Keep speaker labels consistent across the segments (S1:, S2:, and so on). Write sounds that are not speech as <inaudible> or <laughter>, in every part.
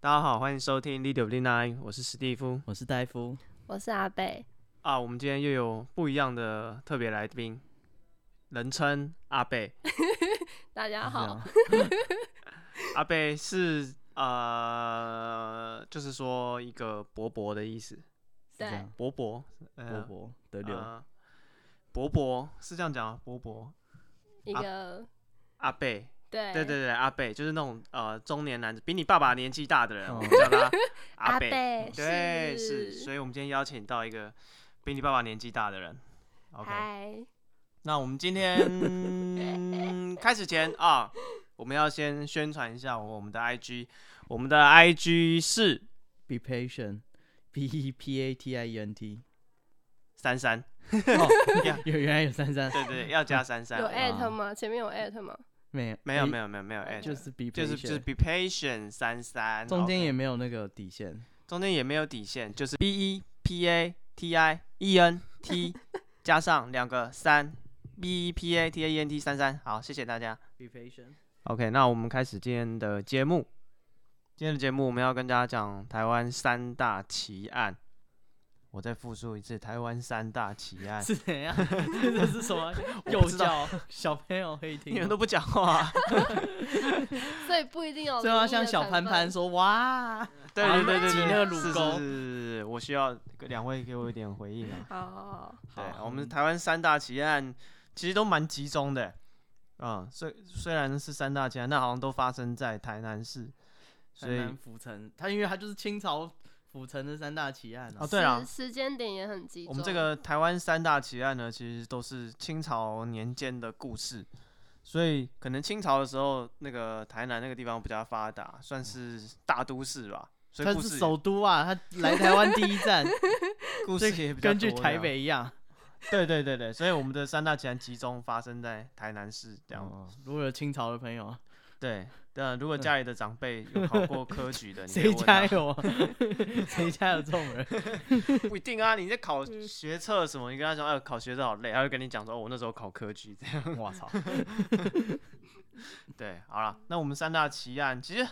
S1: 大家好，欢迎收听《Lead of the Nine》，我是史蒂夫
S2: 我是戴夫，
S3: 我是阿贝，
S1: 啊。我们今天又有不一样的特别来宾，人称阿贝。
S3: 大家好。
S1: 阿贝是呃，就是说一个伯伯的意思，
S2: 是这
S3: <laughs> 对
S2: 样，
S1: 伯伯，
S2: 是这
S1: 呃
S2: 样，波波得流，
S1: 呃伯伯是这样讲啊，伯伯
S3: 一
S1: 啊
S3: 个
S1: 阿贝，
S3: 对
S1: 啊对对对，阿贝就是那种呃中年男子，比你爸爸年纪大的人，
S2: 哦
S1: 我们叫他
S3: 阿
S1: 贝。
S3: 贝
S1: 对，是，
S3: 是，
S1: 所以我们今天邀请到一个比你爸爸年纪大的人。OK，
S3: 嗨，
S1: 那我们今天开始前
S2: <laughs>
S1: 啊，我们要先宣传一下我们的 IG，我们的 IG 是
S2: Be patient，B E <laughs> P A T I E N T。
S1: 三三， <laughs>
S2: 哦
S1: 呀，
S2: 有原来有三三，
S1: 对对，要加三
S3: 有
S1: 三。
S3: 艾特
S2: 啊
S3: 吗？前面有艾特吗？
S2: 没有
S1: 没有没
S2: 有，
S1: 有没有没有，哎，
S2: 就是 Be
S1: 就是就是
S2: patient，
S1: be patient 三三，
S2: 中
S1: OK
S2: 间也没有那个底线。
S1: 中间也没有底线，就是 B E P A T I E N T 加上两个三 B E P A T A E N T 三三。好，谢谢大家。
S2: Be patient。
S1: OK，那我们开始今天的节目。今天的节目我们要跟大家讲台湾三大奇案。我再复述一次，台湾三大奇
S2: <laughs>
S1: 案。
S2: 是怎样？这是什么？幼
S1: 不知道
S2: 教小朋友可以听吗？
S1: 你们都不讲话、啊
S2: <laughs>
S3: 所以不一
S1: <laughs>
S3: 定有。
S2: 最后要像小潘潘，说哇，
S1: 对
S2: 好
S1: 对对对
S2: 挤
S1: 对，
S2: 那个乳
S1: 是是
S2: 沟
S1: 是是是，我需要两位给我一点回应啊。
S3: 好好好，
S1: 对，
S2: 好嗯
S1: 我们台湾三大奇案其实都蛮集中的，嗯，虽虽然是三大奇案，但好像都发生在台南市，所
S2: 台
S1: 以
S2: 南府城，他因为他就是清朝府城的三大奇案
S1: 哦
S2: 啊。
S1: 对了
S3: 时，时间点也很集中。
S1: 我们这个台湾三大奇案呢，其实都是清朝年间的故事，所以可能清朝的时候那个台南那个地方比较发达，算是大都市吧，所以
S2: 他
S1: 故
S2: 是
S1: 事
S2: 首都啊，他来台湾第一站，
S1: <laughs> 故
S2: 所
S1: 事
S2: 以
S1: 也比较
S2: 跟去
S1: 多
S2: 台
S1: 这样，
S2: 北一样。
S1: 对对对对，所以我们的三大奇案集中发生在台南市这样。
S2: 哦如果有清朝的朋友，
S1: 对，但如果家里的长辈有考过科举
S2: <laughs>
S1: 的，你可以
S2: 嗯谁
S1: 问
S2: 家
S1: 他
S2: 有啊？谁家有这种人？
S1: <laughs> 不一定啊，你在考
S3: 嗯
S1: 学测什么，你跟他讲，哎，考学测好累，他就跟你讲说，哦我那时候考科举这样。
S2: <laughs> 我操！
S1: <laughs> 对，好了，那我们三大奇案其实，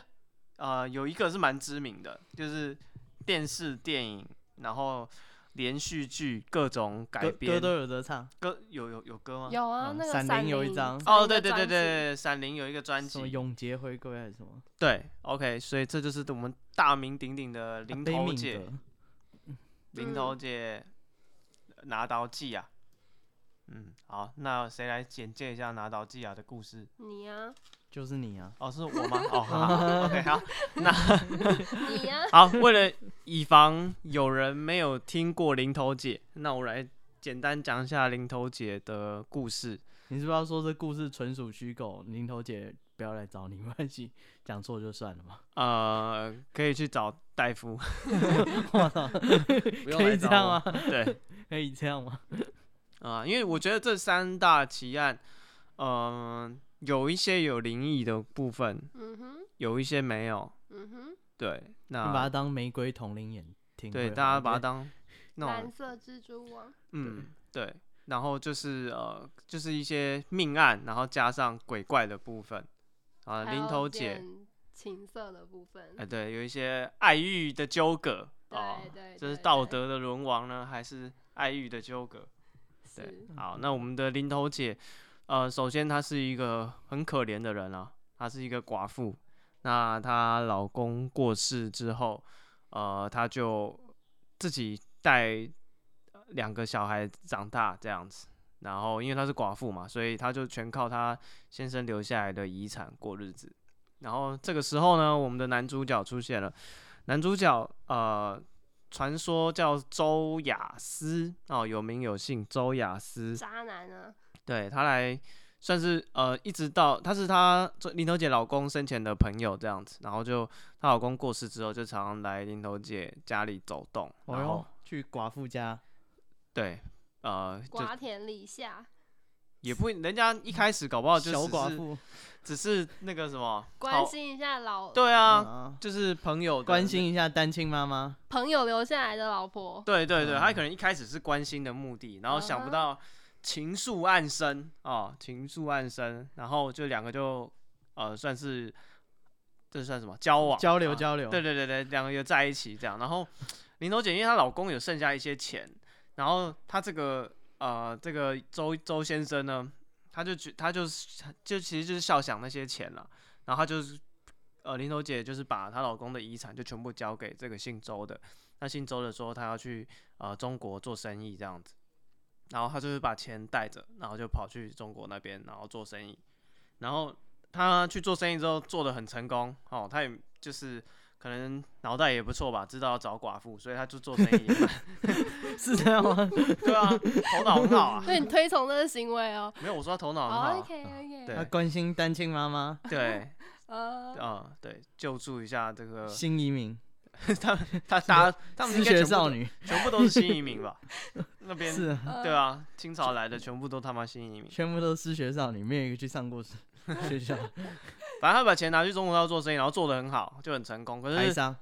S1: 呃，有一个是蛮知名的，就是电视、电影，然后连续剧各种改
S2: 歌歌
S1: 编。
S2: 都有得唱，
S1: 歌有有有歌吗？
S3: 有啊，
S2: 嗯
S3: 那个
S2: 闪
S3: 闪
S2: 灵有一张
S1: 哦，对对对对，
S3: 闪
S1: 对，《闪灵》
S3: 灵的专辑
S1: 有一个专
S2: 什么
S1: 辑，
S2: 永劫回归还是什么？
S1: 对，OK，所以这就是我们大名鼎鼎的林
S2: 啊悲
S1: 头
S2: 悯
S1: 姐，
S2: 者嗯
S1: 林头姐拿刀记啊，嗯，好，那谁来简介一下拿刀记啊的故事？
S3: 你呀，
S2: 就是你啊！
S1: 哦，是我吗？
S2: <laughs>
S1: 哦，好好好，OK，好，
S3: 你呀， <laughs>
S1: 好，为了以防有人没有听过零头姐，那我来简单讲一下零头姐的故事。
S2: 你是不是要说这故事纯属虚构？林头姐不要来找你，没 <laughs> 关系，讲错就
S1: <laughs>
S2: 算了嘛。
S1: 呃，可以去找大夫，
S2: 我操，
S1: 不
S2: 可以这样吗？？
S1: 对，
S2: 可以这样吗？
S1: <laughs> 啊、因为我觉得这三大奇案，嗯、有一些有灵异的部分，
S3: 嗯哼，
S1: 有一些没有。
S3: 嗯哼，
S1: 对，
S2: 你把它
S1: 那
S2: 当玫瑰同龄眼听会好
S1: 啊
S2: 一
S1: 对
S2: 点。
S1: 大家把它当
S3: <laughs>
S1: 那种
S3: 蓝色蜘蛛网，
S1: 嗯，对。然后就是呃，就是一些命案，然后加上鬼怪的部分啊，
S3: 还
S1: 零
S3: 有
S1: 头
S3: 点
S1: 姐，
S3: 情色的部分
S1: 哎、，对，有一些爱欲的纠葛哦
S3: 对，对，
S1: 这是
S3: 对
S1: 道，德的沦亡呢，还是爱欲的纠葛？
S3: 对
S1: 对
S3: 是
S1: 好，那我们的林头姐，呃，首先她是一个很可怜的人啊，她是一个寡妇。那她老公过世之后，呃，她就自己带两个小孩长大这样子。然后因为她是寡妇嘛，所以她就全靠她先生留下来的遗产过日子。然后这个时候呢，我们的男主角出现了。男主角呃，传说叫周雅思哦，有名有姓周雅思，
S3: 渣男啊，
S1: 对他来算是呃，一直到他是他林头姐老公生前的朋友这样子，然后就她老公过世之后，就常常来林头姐家里走动，
S2: 哦
S1: 然后
S2: 哟，去寡妇家，
S1: 对呃，就
S3: 瓜田李下，
S1: 也不人家一开始搞不好哦就
S2: 小
S1: 只
S2: 寡
S1: 是
S2: 妇
S1: 只是那个什么
S3: <laughs> 关
S1: 好
S3: 心一下老
S1: 对啊，
S2: 啊， <laughs>
S1: 就是朋友的
S2: 关
S1: 那
S2: 心一下单亲妈妈。
S3: 朋友留下来的老婆，
S1: 对对对，
S2: 嗯
S1: 他可能一开始是关心的目的，然后想不
S3: 啊
S1: 到情愫暗生哦，情愫暗生，然后就两个就呃算是这算什么交往
S2: 交流
S1: 啊
S2: 交流，
S1: 对对对对，两个有在一起这样。然后林头姐因为她老公有剩下一些钱，然后她这个呃这个周周先生呢，他就觉他就是就其实就是笑想那些钱了，然后他就是呃林头姐就是把她老公的遗产就全部交给这个姓周的。那姓周的说他要去呃中国做生意这样子，然后他就是把钱带着，然后就跑去中国那边，然后做生意。然后他去做生意之后做的很成功哦，他也就是可能脑袋也不错吧，知道要找寡妇，所以他就做生意。 <laughs>
S2: 是这样吗？
S1: 对啊，头脑很好啊。
S3: 所以你推崇这个行为哦。
S1: 没有，我说他头脑很好
S3: 哦
S1: 啊。
S3: ，OK OK，
S1: 对
S2: 他关心单亲妈妈、
S1: 对，
S3: 呃，
S1: 啊，对，救助一下这个
S2: 新移民、
S1: 他们，他大家呃他们
S2: 失
S1: 应该
S2: 学
S1: 全部
S2: 少
S1: 都
S2: 女，
S1: 全部都是新移
S2: <laughs>
S1: 民吧？那边
S2: 是啊，
S1: 对啊，清朝来的全部都他妈新移民。
S2: 全部都是失学少女，没有一个去上过
S1: <laughs>
S2: 学校，
S1: 反正他把钱拿去中国要做生意，然后做的很好，就很成功。可
S2: 台
S1: 是
S2: 商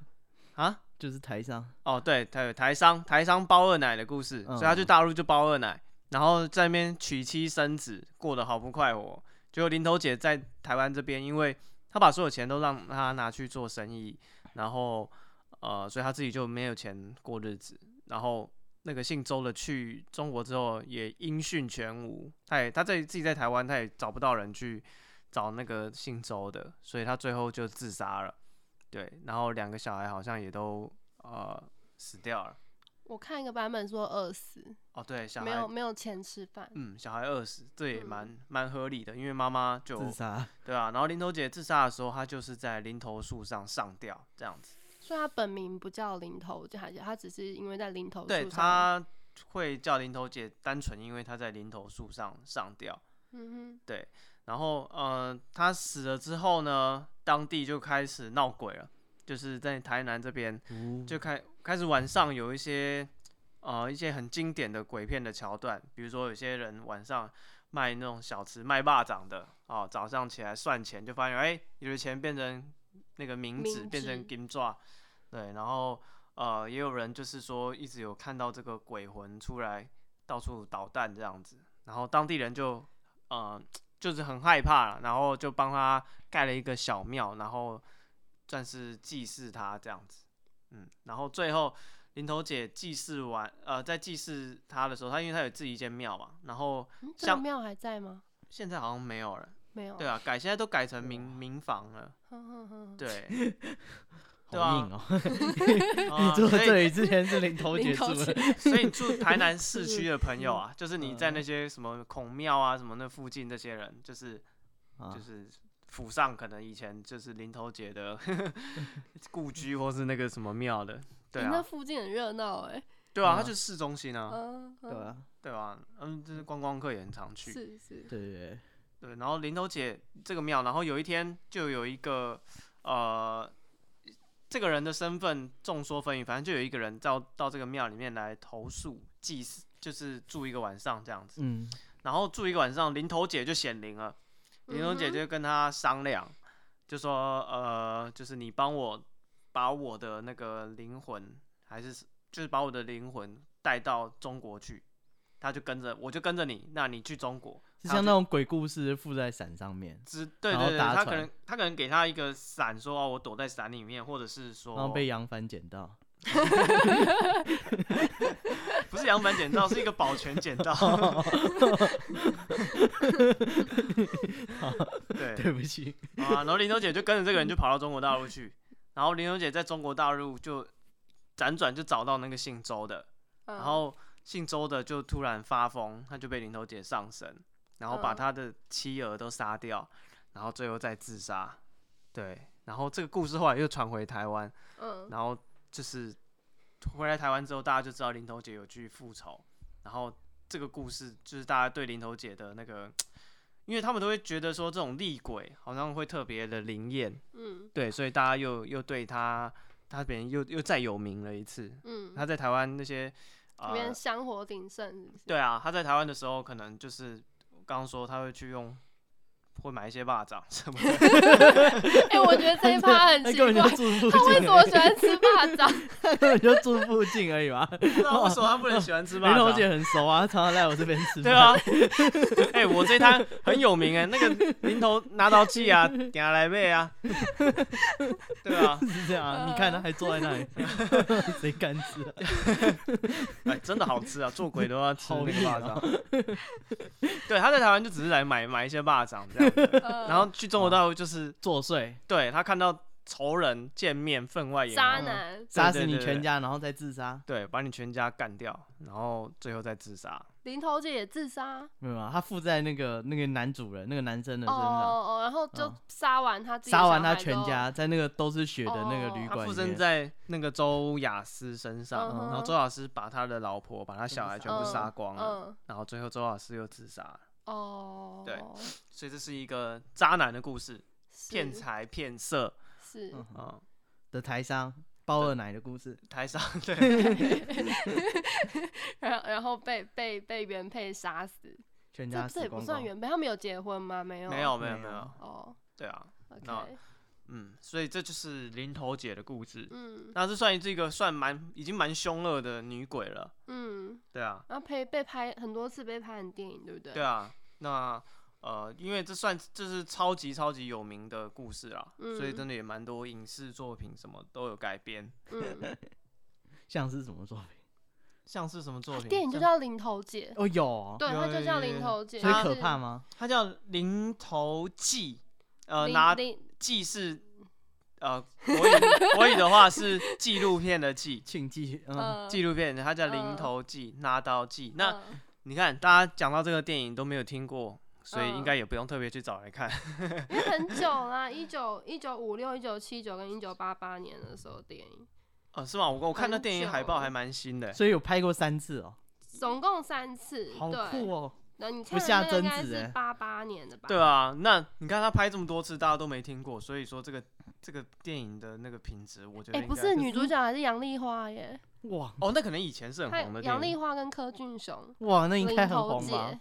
S1: 啊，
S2: 就是台商，
S1: 哦，对，台台商台商包二奶的故事，所以他去
S2: 嗯
S1: 大陆就包二奶，然后在那边娶妻生子，过得好不快活。结果林头姐在台湾这边，因为她把所有钱都让她拿去做生意，然后呃，所以她自己就没有钱过日子。然后那个姓周的去中国之后也音讯全无，他也他在自己在台湾他也找不到人去找那个姓周的，所以他最后就自杀了。对，然后两个小孩好像也都呃死掉了。
S3: 我看一个版本说饿死，
S1: 哦，对，小
S3: 没有
S1: 孩，
S3: 没有钱吃饭。
S1: 嗯，小孩饿死，这也
S3: 嗯
S1: 蛮蛮合理的，因为妈妈就
S2: 自杀，
S1: 对啊，然后林头姐自杀的时候，她就是在林头树上上吊这样子。
S3: 所以他本名不叫林头，就还他只是因为在林头
S1: 对，
S3: 树上，
S1: 她会叫林头姐，单纯因为她在林头树上上吊。
S3: 嗯
S1: 然后，呃，她死了之后呢，当地就开始闹鬼了，就是在台南这边
S2: 嗯
S1: 就开开始晚上有一些呃一些很经典的鬼片的桥段，比如说有些人晚上卖那种小吃卖霸掌的哦，早上起来算钱就发现哎、有的钱变成那个冥纸
S3: 冥
S1: 变
S3: 纸
S1: 成金爪，对，然后呃也有人就是说一直有看到这个鬼魂出来到处捣蛋这样子，然后当地人就呃就是很害怕啦，然后就帮他盖了一个小庙，然后算是祭祀他这样子。嗯，然后最后林头姐祭祀完，呃，在祭祀他的时候，她因为她有自己一间庙嘛，然后
S3: 哼，嗯这个
S1: 像
S3: 庙还在吗？
S1: 现在好像没有了，
S3: 没
S2: 哦
S3: 有，
S1: 对
S3: 啊，
S1: 啊，改现在都改成民民房了，
S3: 哼哼哼，
S1: 对，
S2: <laughs> 好
S1: 对啊
S2: <laughs> 硬哦、
S1: 啊
S2: 住
S1: 所
S2: 在这
S1: 以
S2: 里之前是零头姐
S3: 林
S2: 住
S3: 头
S2: 的，
S3: 姐
S1: 所以住台南市区的朋友
S2: <laughs> 嗯
S1: 啊，就是你在那些什么孔庙啊什么那附近这些人，就是
S2: 啊
S1: 就是府上可能以前就是林头姐的 <laughs> 故居或是那个什么庙的，对
S3: 诶那
S1: 啊，
S3: 附近很热闹哎，
S1: 对啊，
S2: 哎嗯
S1: 它就是市中心啊，
S3: 嗯，
S2: 对
S3: 嗯，
S2: 啊，
S1: 对啊，嗯，就是观光客也很常去，
S3: 是是，
S2: 对对对，
S1: 对，然后林头姐这个庙，然后有一天就有一个呃，这个人的身份众说纷纭，反正就有一个人到到这个庙里面来投诉祭祀，就是住一个晚上这样子。
S2: 嗯，
S1: 然后住一个晚上，林头姐就显灵了。林头姐
S3: 嗯哼
S1: 就跟他商量，就说呃，就是你帮我把我的那个灵魂，还是就是把我的灵魂带到中国去。他就跟着，我就跟着你，那你去中国，
S2: 是
S1: 他
S2: 像
S1: 就
S2: 那种鬼故事附在伞上面，
S1: 只对
S2: 然
S1: 对
S2: 后
S1: 对，
S2: 搭
S1: 他可
S2: 船
S1: 能他可能给他一个伞，说哦，我躲在伞里面，或者是说
S2: 然后被杨帆捡到，
S1: 不是杨帆剪刀，是一个保全剪
S2: <laughs>
S1: 刀。对
S2: 对不
S1: <laughs>
S2: 起，
S1: 啊，然后林头姐就跟着这个人就跑到中国大陆去，然后林头姐在中国大陆就辗转就找到那个姓周的，
S3: 嗯
S1: 然后姓周的就突然发疯，他就被林头姐上身，然后把
S3: 嗯
S1: 他的妻儿都杀掉，然后最后再自杀。对，然后这个故事后来又传回台湾，
S3: 嗯，
S1: 然后就是回来台湾之后，大家就知道林头姐有去复仇，然后这个故事就是大家对林头姐的那个，因为他们都会觉得说这种厉鬼好像会特别的灵验，
S3: 嗯
S1: 对，所以大家又又对她，她别人又又再有名了一次。
S3: 嗯，
S1: 她在台湾那些
S3: 这边
S1: 呃，
S3: 香火鼎盛，是不是
S1: 对啊，她在台湾的时候，可能就是刚刚说她会去用会买一些蚂蚱什么的。
S3: <laughs>
S1: <laughs>
S3: 哎、我觉得这一趴很
S2: 那
S3: 奇
S2: 根
S3: 怪
S2: 本，就住附
S3: 他
S2: 近而已，
S3: 为什么喜欢吃蚂
S1: <laughs>
S3: 蚱？
S2: 根本就住附近而已嘛。
S1: 不知道为什么他不能喜 <laughs> 欢吃
S2: 林
S1: 蚂
S2: 头
S1: 蚱？
S2: 姐很熟啊，她常常来我这边吃。
S1: 对，啊，哎、我这摊很有名哎、那个零头拿刀器啊，顶下来背啊，对啊，
S2: 是这样啊。你看她还坐
S1: <laughs>
S2: 在那里，谁敢吃啊？
S1: 哎、真的好吃啊，做鬼都要吃那
S2: 好
S1: 个
S2: 硬
S1: 蚂
S2: 哦
S1: 蚱。 <laughs> 对，他在台湾就只是来买买一些蚂蚱这样子，
S3: 嗯
S1: 然后去中国大陆就是
S2: 作祟，
S1: 对他看到仇人见面分外眼
S3: 渣
S1: 红，
S3: 男
S2: 杀
S1: 对对
S2: 死你
S1: 对
S2: 全
S1: 对
S2: 家，然后再自杀。
S1: 对，把你全家干掉，然后最后再自杀。
S3: 林头姐也自杀，
S2: 没有啊，他附在那个那个男主人那个男嗯生的
S3: 哦
S2: 身上，
S3: 哦，然后就
S2: 嗯
S3: 杀完他自己的
S2: 杀完他
S3: 小孩之
S2: 全
S3: 后，
S2: 家，在那个都是血的那个
S3: 哦
S2: 旅
S1: 他
S2: 馆
S1: 附
S2: 里
S1: 身
S2: 面。
S1: 在那个周雅思身上，
S3: 嗯哼
S1: 然后周雅思把他的老婆、把他小孩全部
S3: 嗯
S1: 杀光了，
S3: 嗯，
S1: 然后最后周雅思又自杀了。
S3: 哦，
S1: 对所以这是一个渣男的故事，
S3: 是，
S1: 骗财骗色，
S3: 是，
S2: 啊嗯哼
S1: 嗯，
S2: 的台商包二奶的故事，
S1: 台
S3: <laughs>
S1: 上对，
S3: <laughs> 然后然后被被被原配杀死，
S2: 全
S3: 这
S2: 家
S3: 这
S2: 死
S3: 也不
S2: 光
S3: 算
S2: 光。
S3: 原配，他们有结婚吗？没有，
S1: 没有没有
S2: 没
S1: 没
S2: 有
S1: 有，
S3: 哦
S1: 对啊，那
S3: ，OK，
S1: 嗯，所以这就是林头姐的故事，
S3: 嗯
S1: 那这算是一个算蛮已经蛮凶恶的女鬼了，
S3: 嗯，
S1: 对啊，
S3: 然后被被拍很多次被拍成电影，对不对？
S1: 对啊，那。呃，因为这算这是超级超级有名的故事啦，所以
S3: 嗯
S1: 真的也蛮多影视作品什么都有改编。
S3: 嗯，
S2: <laughs> 像是什么作品？
S1: 像是什么作品？
S3: 电影就叫《林头姐》，
S2: 哦，有哦，
S3: 对，它就
S1: 有有
S3: 叫《
S1: 有
S3: 林头姐》，
S2: 所以
S3: 就
S2: 可
S3: 是
S2: 怕吗？
S1: 它叫《零头记》，呃，
S3: 林
S1: 拿
S3: 林
S1: 记是呃国语国语的话是纪录片的
S3: <laughs>
S1: 记，
S2: 请继续。嗯，
S3: 呃
S1: 纪录片它叫《零
S3: 嗯
S1: 头记》，拿刀记。那
S3: 嗯
S1: 你看大家讲到这个电影都没有听过，所以应
S3: 嗯
S1: 该也不用特别去找来
S3: <laughs>
S1: 看。
S3: 因为很久啦，一九一九五六、一九七九跟一九八八年的时候的电影，
S1: 哦，是吗？我我看那
S3: 很
S1: 电影海
S3: 久
S1: 报
S3: 了
S1: 还蛮新的。
S2: 所以有拍过三次哦，
S3: 总共三次。
S2: 好酷
S3: 对，
S2: 哦。
S3: 那你
S2: 不
S3: 看的
S2: 下
S3: 那个应
S2: 贞
S3: 该
S2: 子欸
S3: 是八八年的吧？
S1: 对啊，那你看他拍这么多次，大家都没听过，所以说这个这个电影的那个品质，我觉得
S3: 哎、
S1: 应
S3: 不
S1: 该
S3: 是女主角还是杨丽花耶，
S2: 哇
S1: 哦，那可能以前是很
S3: 她
S1: 红的电
S3: 杨
S1: 影
S3: 丽。花跟柯俊雄，
S2: 哇，那应
S3: 林
S2: 该很
S3: 头
S2: 红吧
S3: 姐？，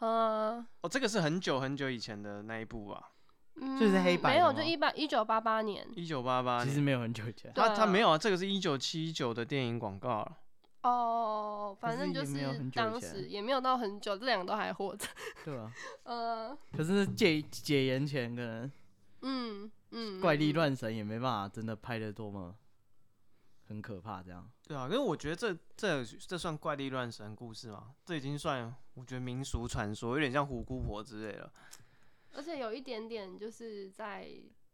S3: 嗯、
S1: 哦，这个是很久很久以前的那一部吧，
S3: 嗯，
S2: 就是黑白
S3: 没
S2: 的
S3: 有，
S2: 吗
S3: 就一八一九八八年
S1: 一九八八
S2: 其实
S1: 年。
S2: 没有很久以前，
S3: 对
S1: 他他
S3: 啊
S1: 没有啊，这个是一九七九的电影广告啊。
S3: 哦，
S2: 可
S3: 反
S2: 是
S3: 正就
S2: 也没有很
S3: 是
S2: 久以
S3: 当
S2: 前
S3: 时也没有到很久，这两个都还活着， <laughs>
S2: 对吧？
S3: 呃，
S2: 可是戒解严前，可能
S3: 嗯嗯，
S2: 怪力
S3: 嗯，
S2: 乱神也没办法真的拍的多么很可怕这样。
S1: 对啊，因为我觉得这这这算怪力乱神故事吗？这已经算我觉得民俗传说，有点像虎姑婆之类的。
S3: 而且有一点点就是在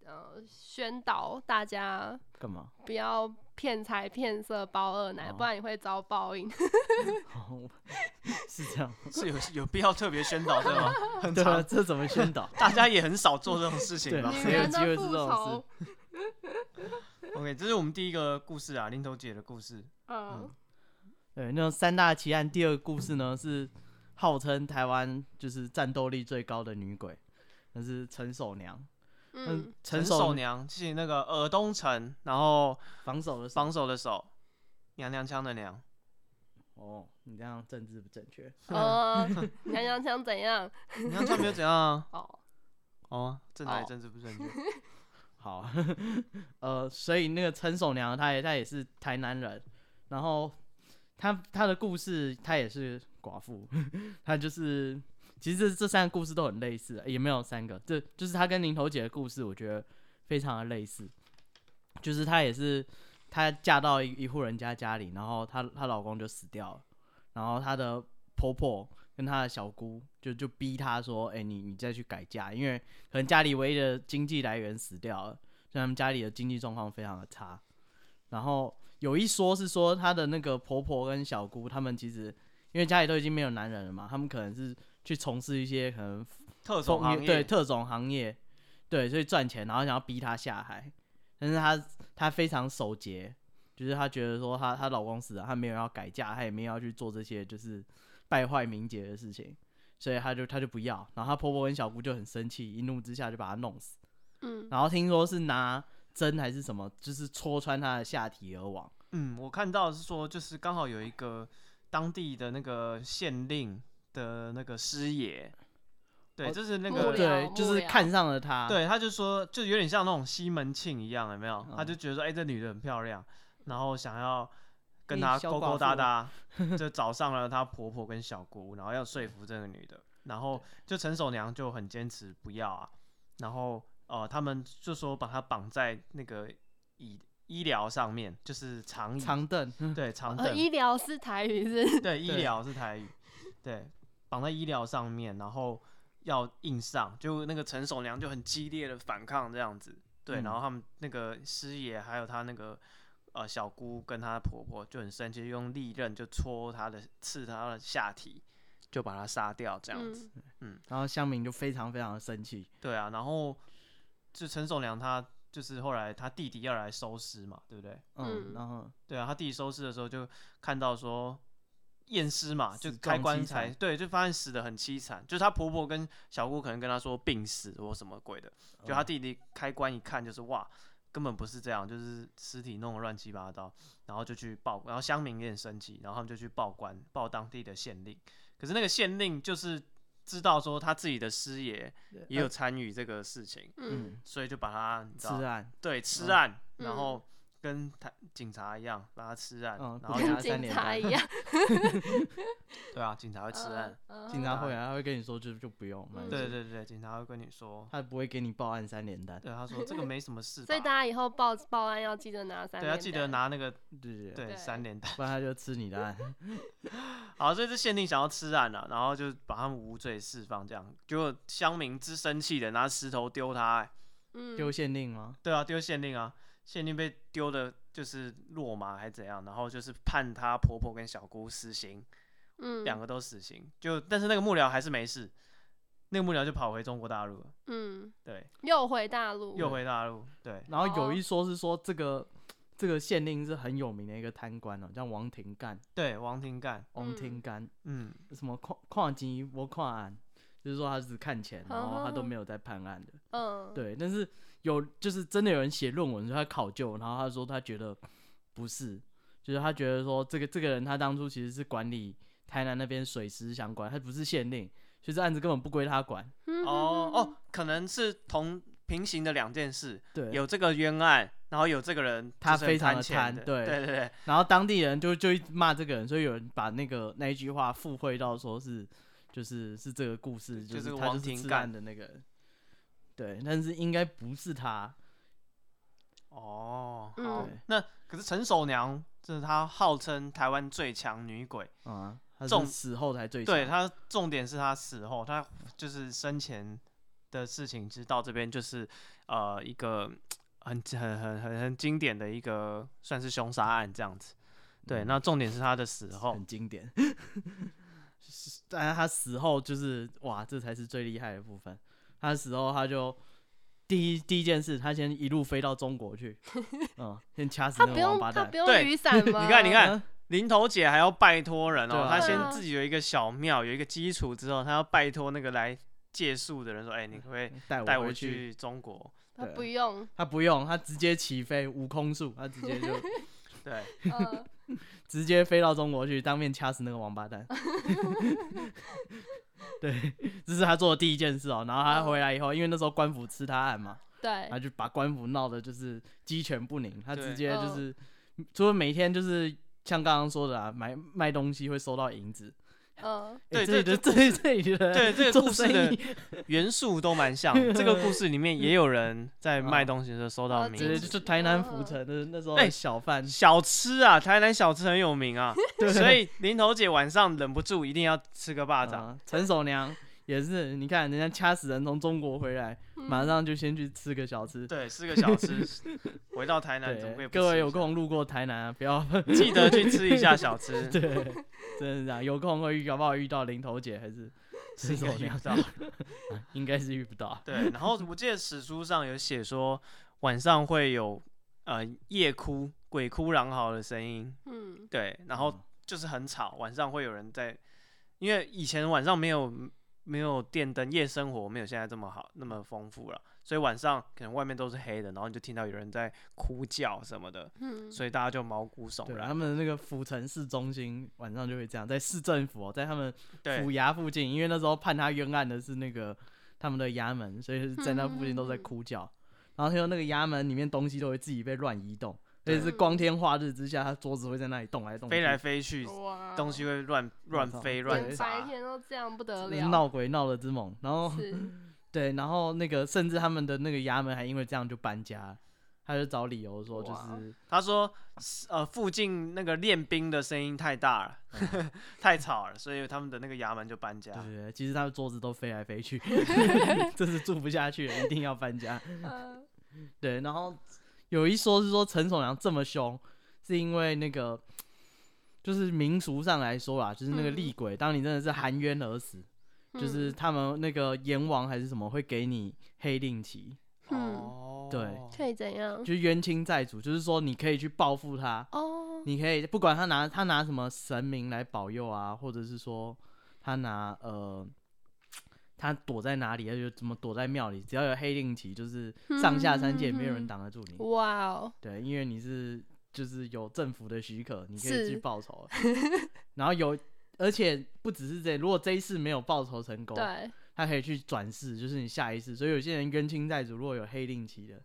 S3: 呃宣导大家
S2: 干嘛？ <laughs>
S3: 不要骗财骗色包二奶，
S2: 哦
S3: 不然你会遭报应。
S2: 哦是这样吗，
S1: 是有 <laughs> 有必要特别宣导这
S2: <laughs>
S1: 个吗？很 <laughs>
S2: 对啊，
S1: 长，
S2: 这怎么宣
S1: <laughs>
S2: 导？
S1: 大家也很少做这种事情
S2: 对
S1: 吧
S2: 啊。
S3: <laughs> 女
S2: 谁有
S3: 人
S2: 机会
S3: 的
S2: 知
S3: 复
S2: 道是
S3: 仇，
S1: <laughs> OK，这是我们第一个故事啊，林头姐的故事。
S3: 嗯
S1: 嗯，
S2: 对，那三大奇案第二个故事呢，是号称台湾就是战斗力最高的女鬼，那是陈守娘。
S3: 嗯，，
S1: 陈
S2: 陈
S1: 守
S2: 守
S1: 娘是那个尔东城，然后
S2: 防守的守
S1: 防守的守，娘娘腔的娘。
S2: 哦，你这样政治不正确。
S3: 呃，娘娘腔怎样？
S1: 娘娘腔没有怎样啊？
S3: 哦，
S1: 哦，正太
S3: 哦
S1: 政治不正确。
S2: 好， <laughs> 呃，所以那个陈守娘，她也她也是台南人，然后她她的故事，她也是寡妇， <laughs> 她就是其实这这三个故事都很类似，也没有三个，这就是她跟林头姐的故事，我觉得非常的类似，就是她也是她嫁到一一户人家家里，然后她她老公就死掉了，然后她的婆婆跟她的小姑就就逼她说，哎、你你再去改嫁，因为可能家里唯一的经济来源死掉了，所以他们家里的经济状况非常的差。然后有一说是说她的那个婆婆跟小姑，他们其实因为家里都已经没有男人了嘛，他们可能是去从事一些可能
S1: 特种
S2: 风
S1: 行业，
S2: 对特种行业，对，所以赚钱，然后想要逼她下海，但是她她非常守节，就是她觉得说她她老公死了，她没有要改嫁，她也没有要去做这些就是败坏名节的事情，所以她就她就不要，然后她婆婆跟小姑就很生气，一怒之下就把她弄死，
S3: 嗯，
S2: 然后听说是拿针还是什么，就是戳穿她的下体而亡，
S1: 嗯，我看到是说，就是刚好有一个当地的那个县令的那个师爷，对，
S2: 哦
S1: 就是那
S3: 幕
S1: 个
S3: 僚
S2: 对，就是
S3: 幕僚
S2: 看上了他，
S1: 对，他就说，就有点像那种西门庆一样，有没有？他
S2: 嗯
S1: 就觉得说，哎、这女的很漂亮，然后想要跟
S2: 你
S1: 她
S2: 小
S1: 勾勾
S2: 寡
S1: 搭
S2: 妇
S1: 搭，
S2: <laughs>
S1: 就找上了她婆婆跟小姑，然后要说服这个女的，然后就陈守娘就很坚持不要啊，然后呃，他们就说把她绑在那个椅医疗上面，就是长椅，
S2: 长凳，
S1: 对长
S3: 呃，
S1: 凳，
S3: 医疗是台语是，
S1: 对，医
S2: 对
S1: 疗是台语，对，绑在医疗上面，然后要硬上，就那个陈守娘就很激烈的反抗这样子，对，
S3: 嗯
S1: 然后他们那个师爷还有他那个呃小姑跟她婆婆就很生气，用利刃就戳她的刺她的下体，就把她杀掉这样子，
S3: 嗯，
S2: 然后乡民就非常非常的生气，
S1: 对啊，然后就陈守娘她就是后来她弟弟要来收尸嘛，对不对？
S2: 嗯，
S3: 嗯
S2: 然后
S1: 对啊，他弟弟收尸的时候就看到说验尸嘛，就
S2: 死
S1: 开
S2: 状
S1: 棺
S2: 凄
S1: 材，
S2: 惨
S1: 对，就发现死的很凄惨，就是她婆婆跟小姑可能跟她说病死或什么鬼的，就她
S2: 嗯
S1: 弟弟开棺一看就是哇，根本不是这样，就是尸体弄得乱七八糟，然后就去报，然后乡民也很生气，然后他们就去报官，报当地的县令，可是那个县令就是知道说他自己的师爷也有
S2: 呃
S1: 参与这个事情，
S3: 嗯，
S1: 所以就把他你知
S2: 吃
S1: 道
S2: 案，
S1: 对，吃
S2: 嗯
S1: 案，然
S3: 嗯
S1: 后跟台警察一样把他吃案，
S2: 嗯
S1: 然
S2: 不
S1: 后
S2: 给
S1: 他
S3: 跟
S2: 他
S3: 警
S2: 三连
S3: 察
S2: 单
S1: <laughs>
S3: 一样，
S1: 对啊，警察会吃
S3: <laughs>
S1: 案，
S3: 嗯
S2: 警
S3: 嗯
S2: 察会啊，他会跟你说就就不用，
S3: 嗯
S1: 对
S2: 对，
S1: 对对，警察会跟你说，
S2: 他不会给你报案三连单，
S1: 对他说这个没什么
S3: <laughs>
S1: 事吧，
S3: 所以大家以后报报案要记得拿三
S1: 对
S3: 连
S1: 要
S3: 单，
S1: 记得拿那个
S2: 对对，
S1: 对
S3: 对
S1: 三连单，
S2: 不然他就吃你的案，
S1: <laughs> 好，所以这限定想要吃案了、啊，然后就把他们无罪释放，这样，结果乡民之生气的拿石头丢他、欸，
S3: 嗯，
S2: 丢限令吗？
S1: 对啊，丢县令啊，县令被丢的就是落马还怎样，然后就是判他婆婆跟小姑死刑，
S3: 嗯
S1: 两个都死刑，就但是那个幕僚还是没事，那个幕僚就跑回中国大陆了，
S3: 嗯，
S1: 对，
S3: 又回大陆，
S1: 又回大陆，对，
S2: 然后有
S3: 哦
S2: 一说是说这
S1: 哦
S2: 个这个县令是很有名的一个贪官哦，叫王廷干，
S1: 对，王廷干，
S2: 王廷干
S1: 嗯，
S2: 什么跨跨级我跨案，就是说他只看
S1: 哦
S2: 钱，然后他都
S3: 嗯
S2: 没有在判案的，
S3: 嗯，
S2: 对，但是有就是真的有人写论文说他考究，然后他说他觉得不是，就是他觉得说这个这个人他当初其实是管理台南那边水师相关，他不是县令，所以这案子根本不归他管。
S3: 嗯，
S1: 哦
S3: 嗯，
S1: 哦，可能是同平行的两件事，
S2: 对，
S1: 有这个冤案，然后有这个人
S2: 他
S1: 就是很
S2: 非常
S1: 贪
S2: 地
S1: 钱
S2: 贪
S1: 的，
S2: 对
S1: 对对
S3: 嗯
S1: 对，
S2: 然后当地人就就一直骂这个人，所以有人把那个那一句话附会到说是就是是这个故事，
S1: 就
S2: 就是是
S1: 王
S2: 他就是
S1: 廷
S2: 吃
S1: 干
S2: 案的那个人。对，但是应该不是他，
S1: 哦，
S3: 嗯
S1: 好
S2: 对，
S1: 那可是陈守娘，这是她号称台湾最强女鬼，
S2: 啊、他
S1: 重
S2: 是死后才最
S1: 对
S2: 强
S1: 她重点是她死后，她就是生前的事情，其实到这边就是呃一个很很很很很经典的一个算是凶杀案这样子。对，
S2: 嗯
S1: 那重点是她的死后，
S2: 很经典。 <laughs> 是但是他死后就是哇，这才是最厉害的部分。他死后他就第一第一件事，他先一路飞到中国
S3: <laughs>
S2: 去，嗯，先掐死
S3: 他
S2: 那
S3: 不
S2: 个王
S3: 用
S2: 八
S3: 他
S2: 蛋
S3: 不。用
S1: 对
S3: 雨伞吗？
S1: 你看你看
S2: 嗯
S1: 林头姐还要拜托人
S2: 对
S1: 哦，
S2: 啊
S1: 她
S3: 对
S1: 先
S3: 啊
S1: 自己有一个小庙，有一个基础之后，她要拜托那个来借宿的人说：“哎、你可不可以
S2: 带
S1: 带
S2: 我
S1: 我
S2: 回去。
S1: 去中国
S3: 他
S2: 对
S3: 不用，
S2: 他不用，他直接起飞，无空术，他直接
S3: <laughs>
S2: 就？”
S1: 对，
S2: <laughs>
S3: 嗯，
S2: 直接飞到中国去，当面掐死那个王八
S3: <laughs>
S2: 蛋。 <laughs> 对，这是他做的第一件事哦、然后他回来以后，因为那时候官府吃他案嘛，
S3: 对
S2: 他，就把官府闹得就是鸡犬不宁。他
S1: 对
S2: 直接就
S3: 嗯
S2: 是，除了每天就是像刚刚说的啊，买卖东西会收到银子。
S3: 嗯，
S1: 对
S2: 欸
S1: 这
S2: 这
S1: 这
S2: 里的这里这里的
S1: 对这个
S2: 做
S1: 故事
S2: 生
S1: 的
S2: 意
S1: 元素都蛮
S2: <laughs>
S1: 像的。这个故事里面也有人在卖东西的时候收到
S3: 哦
S1: 名
S2: 直接
S1: 字嗯
S2: 就就台南府城的那时候
S1: 哎
S2: 的小贩，
S1: 小吃啊，台南小吃很有名 <laughs> 啊，所以林头姐晚上忍不住一定要吃个巴掌。
S2: 啊陈守娘也是，你看人家掐死人从中国回来，
S1: 嗯
S2: 马上就先去吃个小吃。
S1: 对，吃个小 <laughs> 吃，回到台南怎么会
S2: 对，
S1: 不
S2: 各位有
S1: 吃一下
S2: 空路过台南啊，不要 <laughs>
S1: <laughs> 记得去吃一下小 <laughs> 吃，
S2: 对，真的是这样，有空会遇，搞不好遇到零头姐还是
S1: 是
S2: 吃
S1: 应
S2: 手
S1: 该遇
S2: 娘
S1: 不，到。
S2: 应该是遇不到。
S1: 对，然后我记得史书上有写说，晚上会有呃夜哭、鬼哭狼嚎的声音，
S3: 嗯，
S1: 对，然后就是很吵，晚上会有人在，因为以前晚上没有没有电灯，夜生活没有现在这么好，那么丰富了，所以晚上可能外面都是黑的，然后你就听到有人在哭叫什么的，
S3: 嗯，
S1: 所以大家就毛骨悚
S2: 对，
S1: 然。
S2: 他们那个府城市中心晚上就会这样，在市政府、哦，在他们府
S1: 对
S2: 衙附近，因为那时候判他冤案的是那个他们的衙门，所以是在那附近
S3: 嗯
S2: 都在哭叫。然后听说那个衙门里面东西都会自己被乱移动，而
S1: 对
S2: 且是
S3: 嗯
S2: 光天化日之下，他桌子会在那里动来动去，
S1: 飞来飞去，
S3: 哇，
S1: 东西会乱乱
S2: 操
S1: 飞
S2: 对
S1: 乱
S3: 连白
S1: 砸。
S3: 天都这样不得
S2: 真是
S3: 了，
S2: 闹鬼闹得之猛。然后
S3: 是
S2: 对，然后那个甚至他们的那个衙门还因为这样就搬家，他就找理由说就
S3: 哇
S2: 是
S1: 他说，呃，附近那个练兵的声音太大了， <laughs> 太吵了，所以他们的那个衙门就搬家。
S2: 嗯对对对，其实他的桌子都飞来飞去， <laughs> 这是住不下去了，一定要搬家。
S3: 嗯
S2: 对，然后有一说是说陈守良这么凶，是因为那个就是民俗上来说啦，就是那个
S3: 嗯
S2: 厉鬼，当你真的是含冤而死，就是他们那个阎王还是什么会给你黑令旗，
S3: 嗯
S1: 哦，
S2: 对
S3: 可以怎样？
S2: 就是冤亲债主，就是说你可以去报复他，
S3: 哦，
S2: 你可以不管他拿他拿什么神明来保佑啊，或者是说他拿呃他躲在哪里，他就怎么躲在庙里，只要有黑令旗，就是上下三界没有人
S3: 嗯
S2: 挡得住你。
S3: 哇哦，
S2: 对，因为你是就是有政府的许可，你可以
S3: 是
S2: 去报
S3: <laughs>
S2: 仇。然后有，而且不只是这，如果这一世没有报仇成功，
S3: 对，
S2: 他可以去转世，就是你下一世。所以有些人冤亲债主，如果有黑令旗的，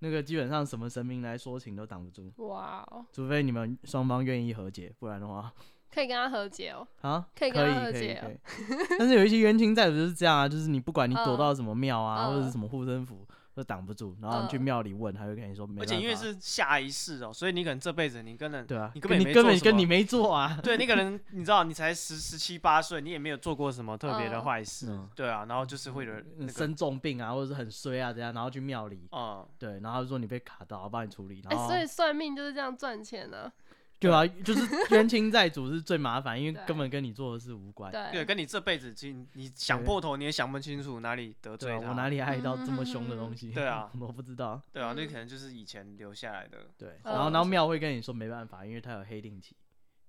S2: 那个基本上什么神明来说情都挡不住，
S3: 哇哦，
S2: 除非你们双方愿意和解，不然的话
S3: 可以跟他和解哦，
S2: 啊，
S3: 可以跟
S2: 可以
S3: 他和
S2: 可以
S3: 解
S2: 可
S3: 哦
S2: 以。但是有一些冤亲债主就是这样啊，就是你不管你躲
S3: 嗯
S2: 到什么庙啊，或者是
S3: 嗯
S2: 什么护身符。都挡不住，然后你去
S3: 嗯
S2: 庙里问，他会跟你说没
S1: 而
S2: 办法。
S1: 且因为是下一世哦，所以你可能这辈子你根本
S2: 对啊，
S1: 你根本也
S2: 你
S1: 没
S2: 根
S1: 做
S2: 本
S1: 什
S2: 跟
S1: 么
S2: 你没做啊，
S1: <laughs> 对你可能你知道你才十十七八岁，你也没有做过什么特别的
S3: 嗯
S1: 坏事，
S2: 嗯
S1: 对啊，然后就是会有人那
S2: 嗯
S1: 个，
S2: 生重病啊，或者是很衰啊，怎样，然后去庙里，
S1: 嗯，
S2: 对，然后他就说你被卡到，我帮你处理，
S3: 哎
S2: 然，后、
S3: 所以算命就是这样赚钱呢，
S2: 对啊，就是冤亲债主是最麻烦，因为
S3: 对
S2: 根本跟你做的事无关。
S1: 对，
S3: 对，
S1: 跟你这辈子其实你想
S2: 对
S1: 破头你也想不清楚哪里得
S2: 对
S1: 罪
S2: 啊，
S1: 他，
S2: 我哪里爱到这么凶的东西？
S1: 对啊，
S2: <laughs> 我不知道。
S1: 对啊，那
S3: 嗯
S1: 可能就是以前留下来的，
S2: 对，
S3: 嗯
S2: 然后然后庙会跟你说没办法，因为他有黑定期，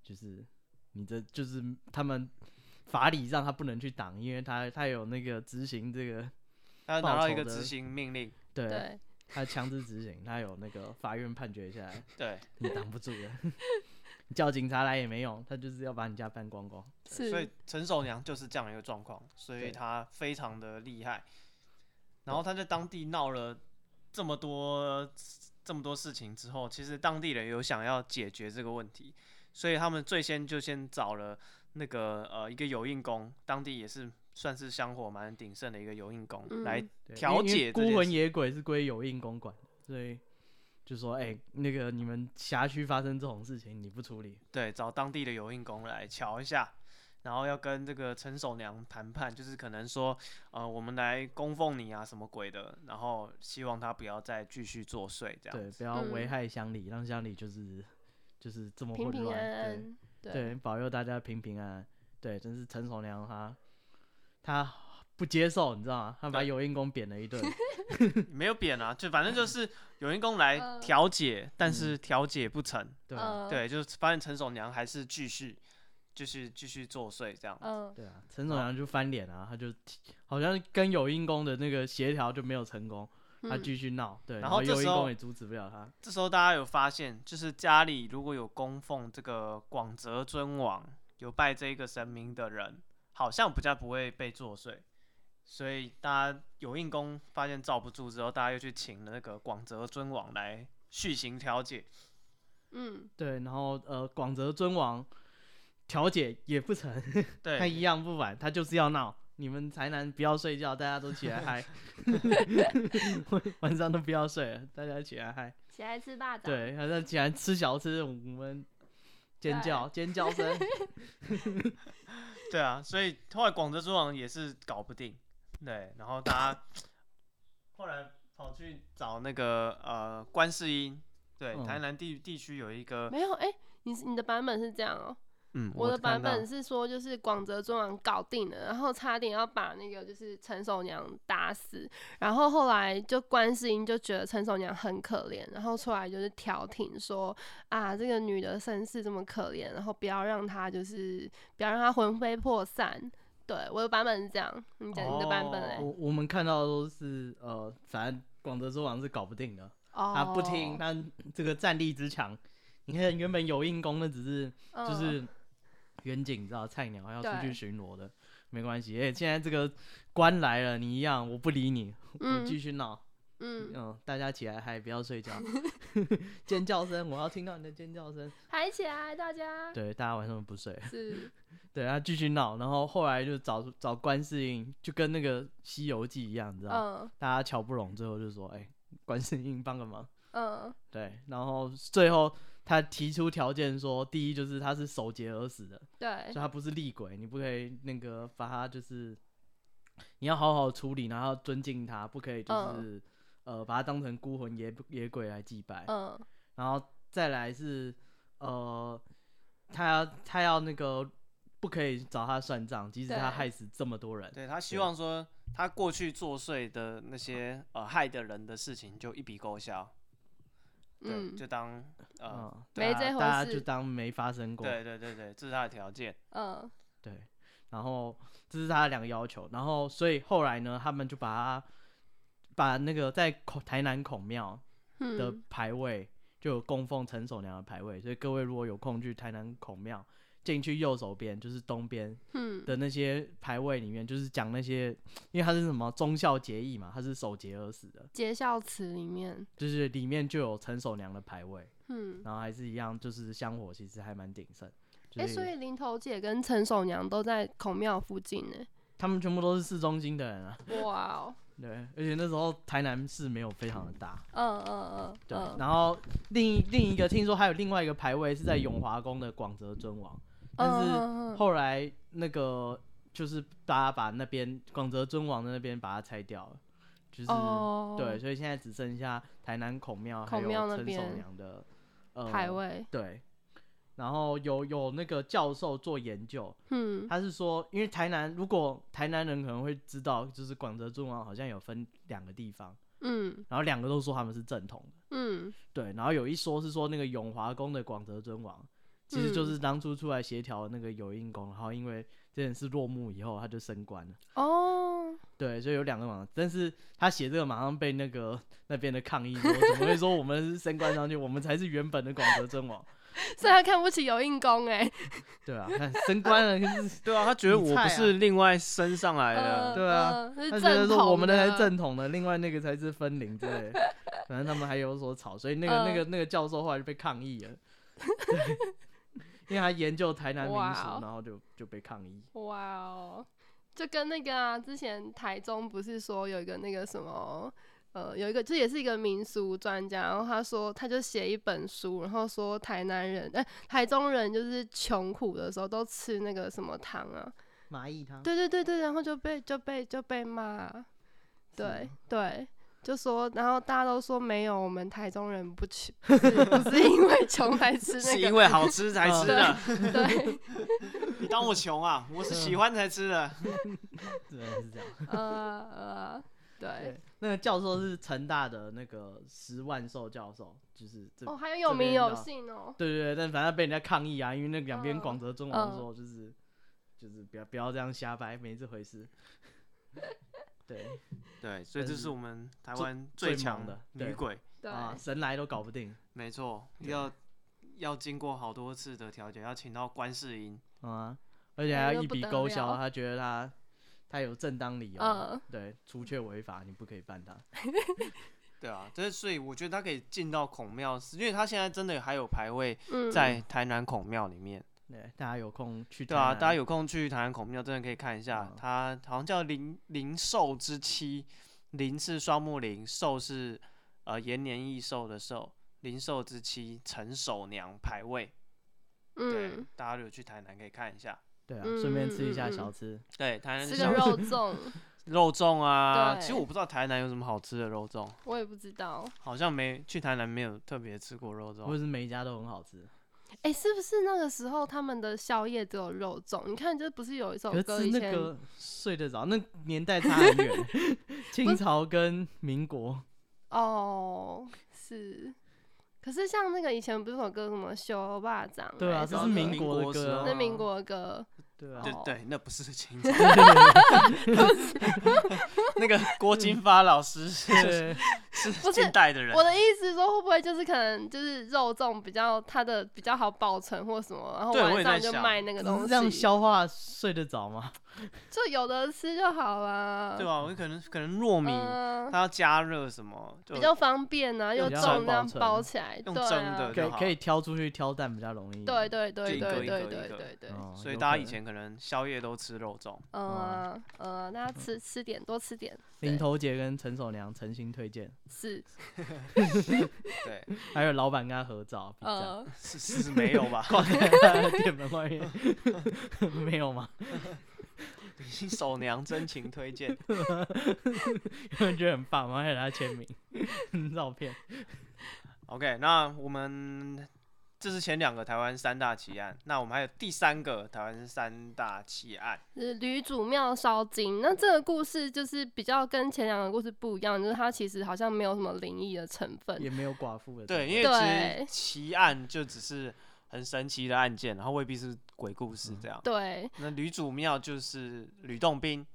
S2: 就是你这就是他们法理上他不能去挡，因为他他有那个执行这个，
S1: 他
S2: 报
S1: 拿到一
S2: 仇
S1: 个
S2: 的
S1: 执行命令，
S2: 对，
S3: 对，
S2: 他强制执行，他有那个法院判决下来。
S1: 对，
S2: 你挡不住的， <laughs> 你叫警察来也没用，他就是要把你家搬光光。
S3: 是，
S1: 所以陈守娘就是这样一个状况，所以
S2: 对
S1: 她非常的厉害。然后她在当地闹了这么多这么多事情之后，其实当地人有想要解决这个问题，所以他们最先就先找了那个呃一个有印宫，当地也是算是香火蛮鼎盛的一个有印宫、来
S3: 嗯
S2: 对
S1: 调
S2: 因为因为
S1: 解这件
S2: 孤魂
S1: 事
S2: 野鬼是归有印公管的，所以就说，哎、那个你们辖区发生这种事情，你不处理，
S1: 对找当地的有印宫来瞧一下。然后要跟这个陈守娘谈判，就是可能说，呃，我们来供奉你啊，什么鬼的，然后希望他不要再继续作祟，这样
S2: 对，不要危
S3: 嗯
S2: 害乡里，让乡里就是就是这么
S3: 平
S2: 混
S3: 平
S2: 乱，
S3: 安
S2: 对
S3: 安，
S2: 对，保佑大家平平安安。对，真是陈守良他他不接受，你知道吗？他把
S1: 对
S2: 有印公扁了一顿，
S3: <laughs>
S1: 没有扁啊，就反正就是有员工来
S3: 嗯
S1: 调解，但是调解不成，
S2: 对啊
S3: 嗯，
S1: 对，就是发现陈守娘还是继续，就是继续作祟这样。
S3: 嗯，
S2: 对啊，陈守良就翻脸啊，他就提好像跟有印公的那个协调就没有成功。他
S3: 嗯
S2: 继续闹，对，
S1: 然
S2: 然
S1: 后
S2: 后
S1: 这
S2: 幽
S1: 时
S2: 灵
S1: 候
S2: 宫也阻止不了他，
S1: 这时候大家有发现，就是家里如果有供奉这个广泽尊王，有拜这个神明的人，好像比较不会被作祟。所以大家有印功发现罩不住之后，大家又去请了那个广泽尊王来续行调解。
S3: 嗯，
S2: 对，然后呃，广泽尊王调解也不成， <laughs> 他
S1: 对，
S2: 一样不管，他就是要闹，你们台南不要睡觉，大家都起来嗨， <laughs> 晚上都不要睡了，大家起来嗨，
S3: 起来吃霸掌，
S2: 对，他起来吃小吃，我们尖叫尖叫声，
S1: 对啊，所以后来广泽尊王也是搞不定，对，然后大家后来跑去找那个呃观世音，对，
S2: 嗯
S1: 台南地地区有一个，
S3: 没有，哎，你是你的版本是这样哦，
S1: 嗯，
S3: 我的版
S1: 看到
S3: 本是说，就是广泽尊王搞定了，然后差点要把那个就是陈守娘打死，然后后来就观世音就觉得陈守娘很可怜，然后出来就是调停说啊，这个女的身世这么可怜，然后不要让她就是不要让她魂飞魄散。对，我的版本是这样，你的、你的版本嘞
S1: 哦？
S2: 我我们看到的都是呃，反正广德州王是搞不定的，
S3: 哦，
S2: 啊他不听，，他这个战力之强，你看原本有硬攻的只是就
S3: 嗯
S2: 是远景，你知道菜鸟还要出去
S3: 对
S2: 巡逻的，没关系。哎、现在这个官来了，你一样，我不理你，我继
S3: 嗯
S2: 续闹。
S3: 嗯，
S2: 嗯，大家起来嗨，不要睡觉， <laughs> 尖叫声，我要听到你的尖叫声。
S3: 嗨起来，大家
S2: 对，大家晚上不睡。 <laughs>
S3: 是
S2: 对，他继续闹，然后后来就找找观世音，就跟那个《西游记》一样，你知道，
S3: 嗯
S2: 大家瞧不拢，最后就说，哎、观世音帮个忙。
S3: 嗯
S2: 对，然后最后他提出条件说，第一就是他是守节而死的，
S3: 对
S2: 所以他不是厉鬼，你不可以那个把他就是，你要好好处理，然后要尊敬他，不可以就
S3: 嗯
S2: 是、呃把他当成孤魂野野鬼来祭拜，
S3: 嗯
S2: 然后再来是呃他要他要那个不可以找他算账，即使他
S3: 对
S2: 害死这么多人，
S1: 对他希
S2: 对
S1: 望说他过去作祟的那些呃害的人的事情就一笔勾销，对，
S3: 嗯
S1: 就当呃，
S2: 嗯，
S3: 没
S2: 大
S3: 这
S2: 家
S3: 回
S2: 大家
S3: 事
S2: 就当没发生过，
S1: 对对对对，这是他的条件。
S3: 嗯
S2: 对，然后这是他的两个要求，然后所以后来呢，他们就把他把那个在孔台南孔庙的
S3: 嗯，
S2: 牌位、就有供奉陈守娘的牌位，所以各位如果有空去台南孔庙进去右手边就是东边
S3: 嗯
S2: 的那些牌位里面，就是讲那些，因为它是什么忠孝节义嘛，它是守节而死的，
S3: 节孝词里面，
S2: 就是里面就有陈守娘的牌位，
S3: 嗯，
S2: 然后还是一样，就是香火其实还蛮鼎盛。
S3: 哎、
S2: 就是
S3: 所以林头姐跟陈守娘都在孔庙附近呢、
S2: 他们全部都是市中心的人啊，
S3: 哇哦，
S2: 对，而且那时候台南市没有非常的大，
S3: 嗯嗯
S2: 对。
S3: 嗯，
S2: 然后另一另一个听说还有另外一个牌位是在永华宫的广泽尊王，但是
S3: 嗯
S2: 后来那个就是大家把那边广泽尊王的那边把它拆掉了，就是、
S3: 哦，
S2: 对，，所以现在只剩下台南孔庙还
S3: 孔
S2: 有
S3: 庙那
S2: 陈守
S3: 边
S2: 娘的呃
S3: 排，位，
S2: 对。然后有有那个教授做研究，
S3: 嗯
S2: 他是说，因为台南如果台南人可能会知道，就是广泽尊王好像有分两个地方。
S3: 嗯
S2: 然后两个都说他们是正统的，
S3: 嗯，
S2: 对。然后有一说是说那个永华宫的广泽尊王，其实就
S3: 嗯
S2: 是当初出来协调的那个有应宫，然后因为这件事落幕以后，他就升官了，
S3: 哦，
S2: 对。所以有两个王，但是他写这个马上被那个那边的抗议说，怎么会说我们是升官上去，我们才是原本的广泽尊王？
S3: 所以他看不起有印功哎、
S2: 对啊，看升官了，可是
S1: 对啊，他觉得
S2: 你
S1: 我
S2: 菜
S1: 不
S2: 啊
S1: 是另外升上来
S3: 嗯
S1: 的，
S2: 对啊，
S3: 嗯是
S2: 他
S3: 正
S2: 觉得说我们的才
S3: 的
S2: 是正统的，另外那个才是分灵之类的。反正他们还有所吵，所以那个、那
S3: 嗯
S2: 个那个教授后来就被抗议了， <laughs> 对 <laughs> 因为他研究台南民
S3: 哇
S2: 俗
S3: 哦，
S2: 然后就就被抗议。
S3: 哇哦，就跟那个啊，之前台中不是说有一个那个什么，呃，有一个这也是一个民俗专家，然后他说他就写一本书，然后说台南人，哎、台中人就是穷苦的时候都吃那个什么糖啊，
S2: 蚂蚁汤，
S3: 对对对对，然后就被就被就被骂，对对。就说，然后大家都说没有，我们台中人不吃，不是不是因为穷才吃
S2: <laughs>
S1: 是
S3: 那
S1: 因
S3: 个，
S1: 为好吃才吃的。
S3: 对，
S1: <laughs> 你当我穷啊？我是
S2: 嗯
S1: 喜欢才吃的。
S2: 真的是这样。
S3: 呃呃， <laughs> 对
S2: 对，，那个教授是成大的那个石万寿教授，就是这。
S3: 哦，还有有
S2: 这边
S3: 名有
S2: 的
S3: 姓哦，
S2: 对对对，但反正被人家抗议啊，因为那两边
S3: 嗯
S2: 广泽中王
S3: 嗯
S2: 说就是、就是不要不要这样瞎掰，没这回事。 <laughs>
S3: <laughs>
S2: 对
S1: 对，所以这
S2: 但是
S1: 是我们台
S2: 最
S1: 湾
S2: 最
S1: 最
S2: 猛
S1: 强
S2: 的对
S1: 女鬼，
S3: 对，
S2: 啊，神来都搞不定。
S1: 没错，
S2: 对
S1: 要要经过好多次的调解，要请到观世音。
S2: 嗯啊，而且
S3: 哎
S2: 还要
S3: 那
S2: 一
S3: 不
S2: 笔
S3: 得
S2: 勾销，
S3: 了
S2: 他觉得他他有正当理由，
S3: 嗯
S2: 对，除却违法，你不可以办他。
S1: 对啊，这所以我觉得他可以进到孔庙，因为他现在真的还有牌位
S3: 嗯，
S1: 在台南孔庙里面。
S2: 对，大家有空去
S1: 对
S2: 台
S1: 啊，
S2: 南
S1: 大家有空去台南孔庙，真的可以看一下
S2: 嗯，
S1: 它好像叫灵灵寿之妻，灵是双木灵，寿是呃延年益寿的寿，灵寿之妻陈守娘牌位。对
S3: 嗯，，
S1: 大家有去台南可以看一下。
S2: 对啊，顺便吃一下
S3: 嗯嗯嗯
S2: 小吃，
S1: 对，台南
S3: 吃
S1: 小
S3: 个肉 <laughs> 粽，
S1: 肉粽啊，
S3: 对
S1: 其实我不知道台南有什么好吃的肉粽，
S3: 我也不知道，
S1: 好像没去台南没有特别吃过肉
S2: 或者
S1: 粽。
S2: 是每一家都很好吃，
S3: 哎，是不是那个时候他们的宵夜只有肉粽？你看，这不是有一首
S2: 可是
S3: 歌
S2: 吃
S3: 以
S2: 那
S3: 前，
S2: 个睡得着，那年代差很远，
S3: <laughs>
S2: 清朝跟民国，
S3: 哦，是，可是像那个以前不是有首歌什么《修霸掌》，
S2: 对啊，
S3: 还
S2: 这
S3: 什
S2: 是
S3: 么
S2: 民
S3: 的
S1: 民国
S2: 国的
S1: 时
S2: 歌
S1: 候
S2: 啊，
S3: 那民国的歌，
S2: 对
S3: <laughs>
S2: 啊
S1: 对
S3: 哦
S1: 对，那不是清
S3: <laughs>
S1: 朝， <laughs> 那个郭金发老师是
S2: 对，
S1: 是
S3: 不是
S1: 近代的人
S3: 我，的意思是说，会不会就是可能就是肉粽比较它的比较好保存或什么，然后
S1: 对我
S3: 晚
S1: 也在
S3: 上就
S1: 想
S3: 卖那个
S2: 只
S3: 东
S2: 是这样
S3: 西，
S2: 消化睡得着吗？
S3: 就有的吃就好啦。
S2: 啊
S1: 对吧？我可能可能糯米
S3: 嗯
S1: 它要加热什么，就
S3: 比较方便啊，
S2: 用
S3: 用
S1: 比较
S3: 粽
S1: 好
S3: 这样
S2: 保存
S3: 包起来，
S1: 用
S3: 对
S1: 蒸
S3: 啊
S1: 的
S2: 可
S1: 就
S2: 以
S1: 好
S2: 可以挑出去挑担比较容易。
S3: 对对对
S1: 一个
S3: 对
S1: 一
S3: 对
S1: 个
S3: 对
S1: 一个
S3: 对对，
S2: 哦，
S1: 所以
S2: 有
S1: 大家
S2: 可
S1: 以
S2: 能
S1: 前可能宵夜都吃肉
S3: <laughs>
S1: 粽，
S3: 嗯
S2: 哦
S3: 啊嗯，大家吃吃点多吃点，
S2: 林
S3: 对
S2: 头姐跟陈守娘诚心推荐，
S3: 是
S1: 对，
S2: 还有老板跟他合照，比 <laughs>
S3: <laughs>
S2: 赞。
S3: 呃，
S1: 是是没有
S3: <laughs>
S1: 吧？ <laughs>
S2: 挂在店门外面， <laughs> 没有吗？
S1: 手娘真情推荐，
S2: 有人觉得很棒吗？还有他签名、 <laughs> 照片。
S1: OK，那我们这是前两个台湾三大奇案，那我们还有第三个台湾三大奇案，
S3: 是吕祖庙烧金。那这个故事就是比较跟前两个故事不一样，就是它其实好像没有什么灵异的成分。
S2: 也没有寡妇的照
S1: 对，因
S2: 片。
S1: 为其
S3: 对
S1: 实奇案就只是很神奇的案件，然后未必是鬼故
S2: 嗯
S1: 事这样。
S3: 对
S1: 那吕祖庙就是吕洞宾，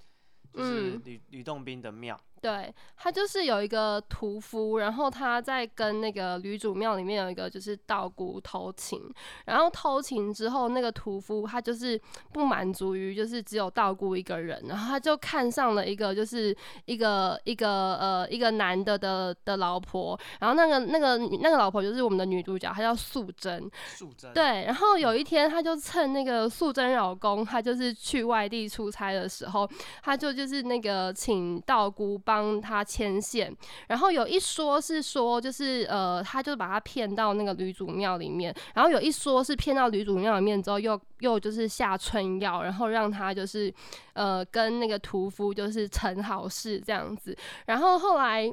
S1: 就是
S3: 嗯
S1: 吕吕洞宾的庙，
S3: 对，它就是有一个屠夫，然后他在跟那个吕祖庙里面有一个就是道姑偷情，然后偷情之后，那个屠夫他就是不满足于就是只有道姑一个人，然后他就看上了一个就是一个一个呃一个男的的的老婆，然后那个那个那个老婆就是我们的女主角，她叫素贞，
S1: 素贞。
S3: 对，然后有一天，他就趁那个素贞老公他就是去外地出差的时候，他就就是那个请道姑帮他牵线，然后有一说是说就是呃，他就把他骗到那个吕祖庙里面，然后有一说是骗到吕祖庙里面之后又又就是下春药，然后让他就是呃跟那个屠夫就是成好事这样子，然后后来。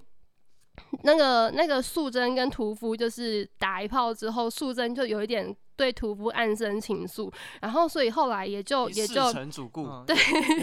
S3: 那个那个素贞跟屠夫就是打一炮之后，素贞就有一点对屠夫暗生情愫，然后所以后来也就哦也
S1: 事
S3: 就嗯
S1: 成主 <laughs> 顾，
S2: 对，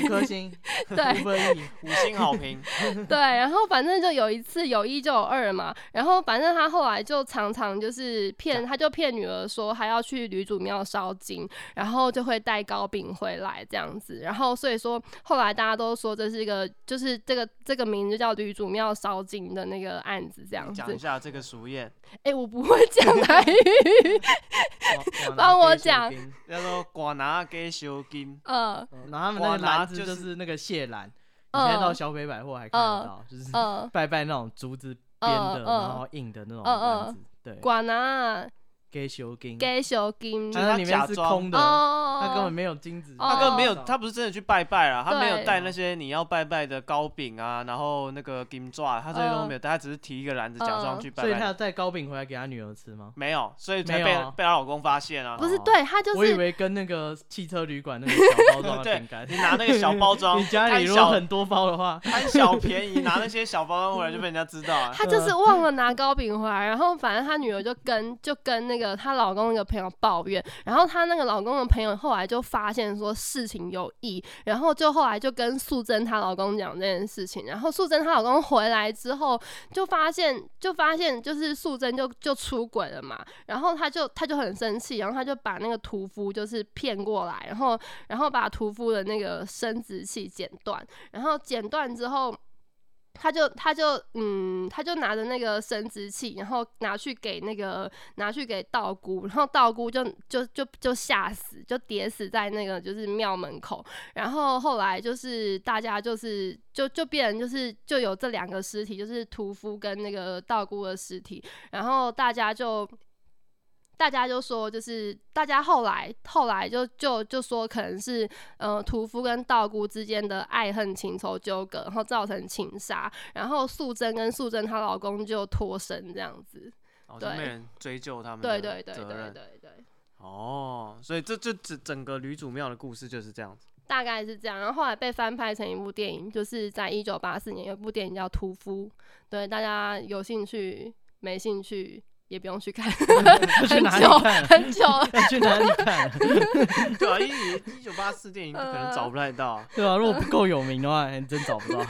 S2: 五颗嗯星，
S3: <laughs> 对
S2: 五分一，
S1: 五星
S2: <laughs>
S1: 好评。
S3: <laughs> 对，然后反正就有一次有一就有二嘛，然后反正他后来就常常就是骗，他就骗女儿说还要去吕祖庙烧金，然后就会带糕饼回来这样子，然后所以说后来大家都说这是一个就是这个这个名字叫吕祖庙烧金的那个案子这样子
S1: 讲一，下这个俗谚，
S3: 哎、我不会讲台
S2: <laughs>
S3: 语，
S2: 嗯
S3: 帮我讲
S1: 叫做“寡拿给修金
S3: 嗯
S2: 嗯。然后他们那
S1: 瓜
S2: 个
S1: 拿
S2: 篮子
S1: 就
S2: 就是是那个蟹篮，你
S3: 嗯
S2: 现在到小北百货还看得
S3: 嗯
S2: 到，就是 <laughs>
S3: 嗯，
S2: 拜拜那种竹子编的，
S3: 嗯嗯
S2: 然后硬的那种
S3: 嗯嗯
S2: 篮子，对，
S3: 管啊，
S2: 嗯给修金，
S3: 给小金
S1: 就
S2: 但
S1: 是他
S2: 是它里面
S1: 假
S2: 是
S1: 装
S2: 空的，
S3: 哦，
S2: 它根本没有金子，”，
S1: 他根本没有，
S2: 哦
S1: 他不是真的去拜拜啊，他没有
S3: 对
S1: 带那些你要拜拜的糕饼啊，然后那个金爪，他这些都没有带，他只是提一个篮子假装
S3: 嗯
S1: 去拜
S2: 所以
S1: 拜
S2: 他。有带糕饼回来给他女儿吃吗？
S1: 没有，所以才
S2: 没
S1: 被
S2: 有啊
S1: 被她老公发现啊
S3: 不。是
S2: 哦
S3: 对他就
S2: 我以
S3: 是
S2: 为跟那个汽车旅馆那个小包装
S1: <laughs> 对
S2: 的饼干，
S1: 你拿那个小
S2: <laughs>
S1: 包装，
S2: 你家里
S1: 贪
S2: 如果
S1: 小
S2: 很多包的话，
S1: 贪小便宜，拿那些小包装回来就被人家知道
S3: <laughs>
S1: 啊。
S3: 她就是忘了拿糕饼回来，然后反正她女儿就跟就跟那个她老公那个朋友抱怨，然后她那个老公的朋友后来就发现说事情有异，然后就后来就跟素贞她老公讲这件事情，然后素贞她老公回来之后就发现就发现就是素贞就就出轨了嘛，然后她就她就很生气，然后她就把那个屠夫就是骗过来，然后然后把屠夫的那个生殖器剪断，然后剪断之后。他就他就嗯，他就拿着那个生殖器，然后拿去给那个拿去给道姑，然后道姑就就就就吓死，就跌死在那个就是庙门口。然后后来就是大家就是就就变成就是就有这两个尸体，就是屠夫跟那个道姑的尸体，然后大家就。大家就说，就是大家后来后来就就就说，可能是呃屠夫跟道姑之间的爱恨情仇纠葛，然后造成情杀，然后素贞跟素贞她老公就脱身这样子。
S1: 哦，就
S3: 对
S1: 没人追究
S2: 嗯
S1: 他们
S3: 对
S1: 的
S3: 对对
S1: 责
S3: 对
S1: 任。
S3: 对对，
S1: 哦，所以这这整整个吕祖庙的故事就是这
S3: <laughs>
S1: 样子。
S3: 大概是这样。然后后来被翻拍成一部电影，就是在一九八四年有一部电影叫《屠夫》，对大家有兴趣没兴趣也不用去看，
S2: 要嗯去
S3: 很
S2: 哪里
S3: 久
S2: 看啊
S3: 很久了。
S2: <laughs> 要去哪里看？
S1: 对啊，一一九八四电影可
S3: 呃
S1: 能找不太到啊，
S2: <laughs> 对吧、如果不够有名的话，还哎真找不到。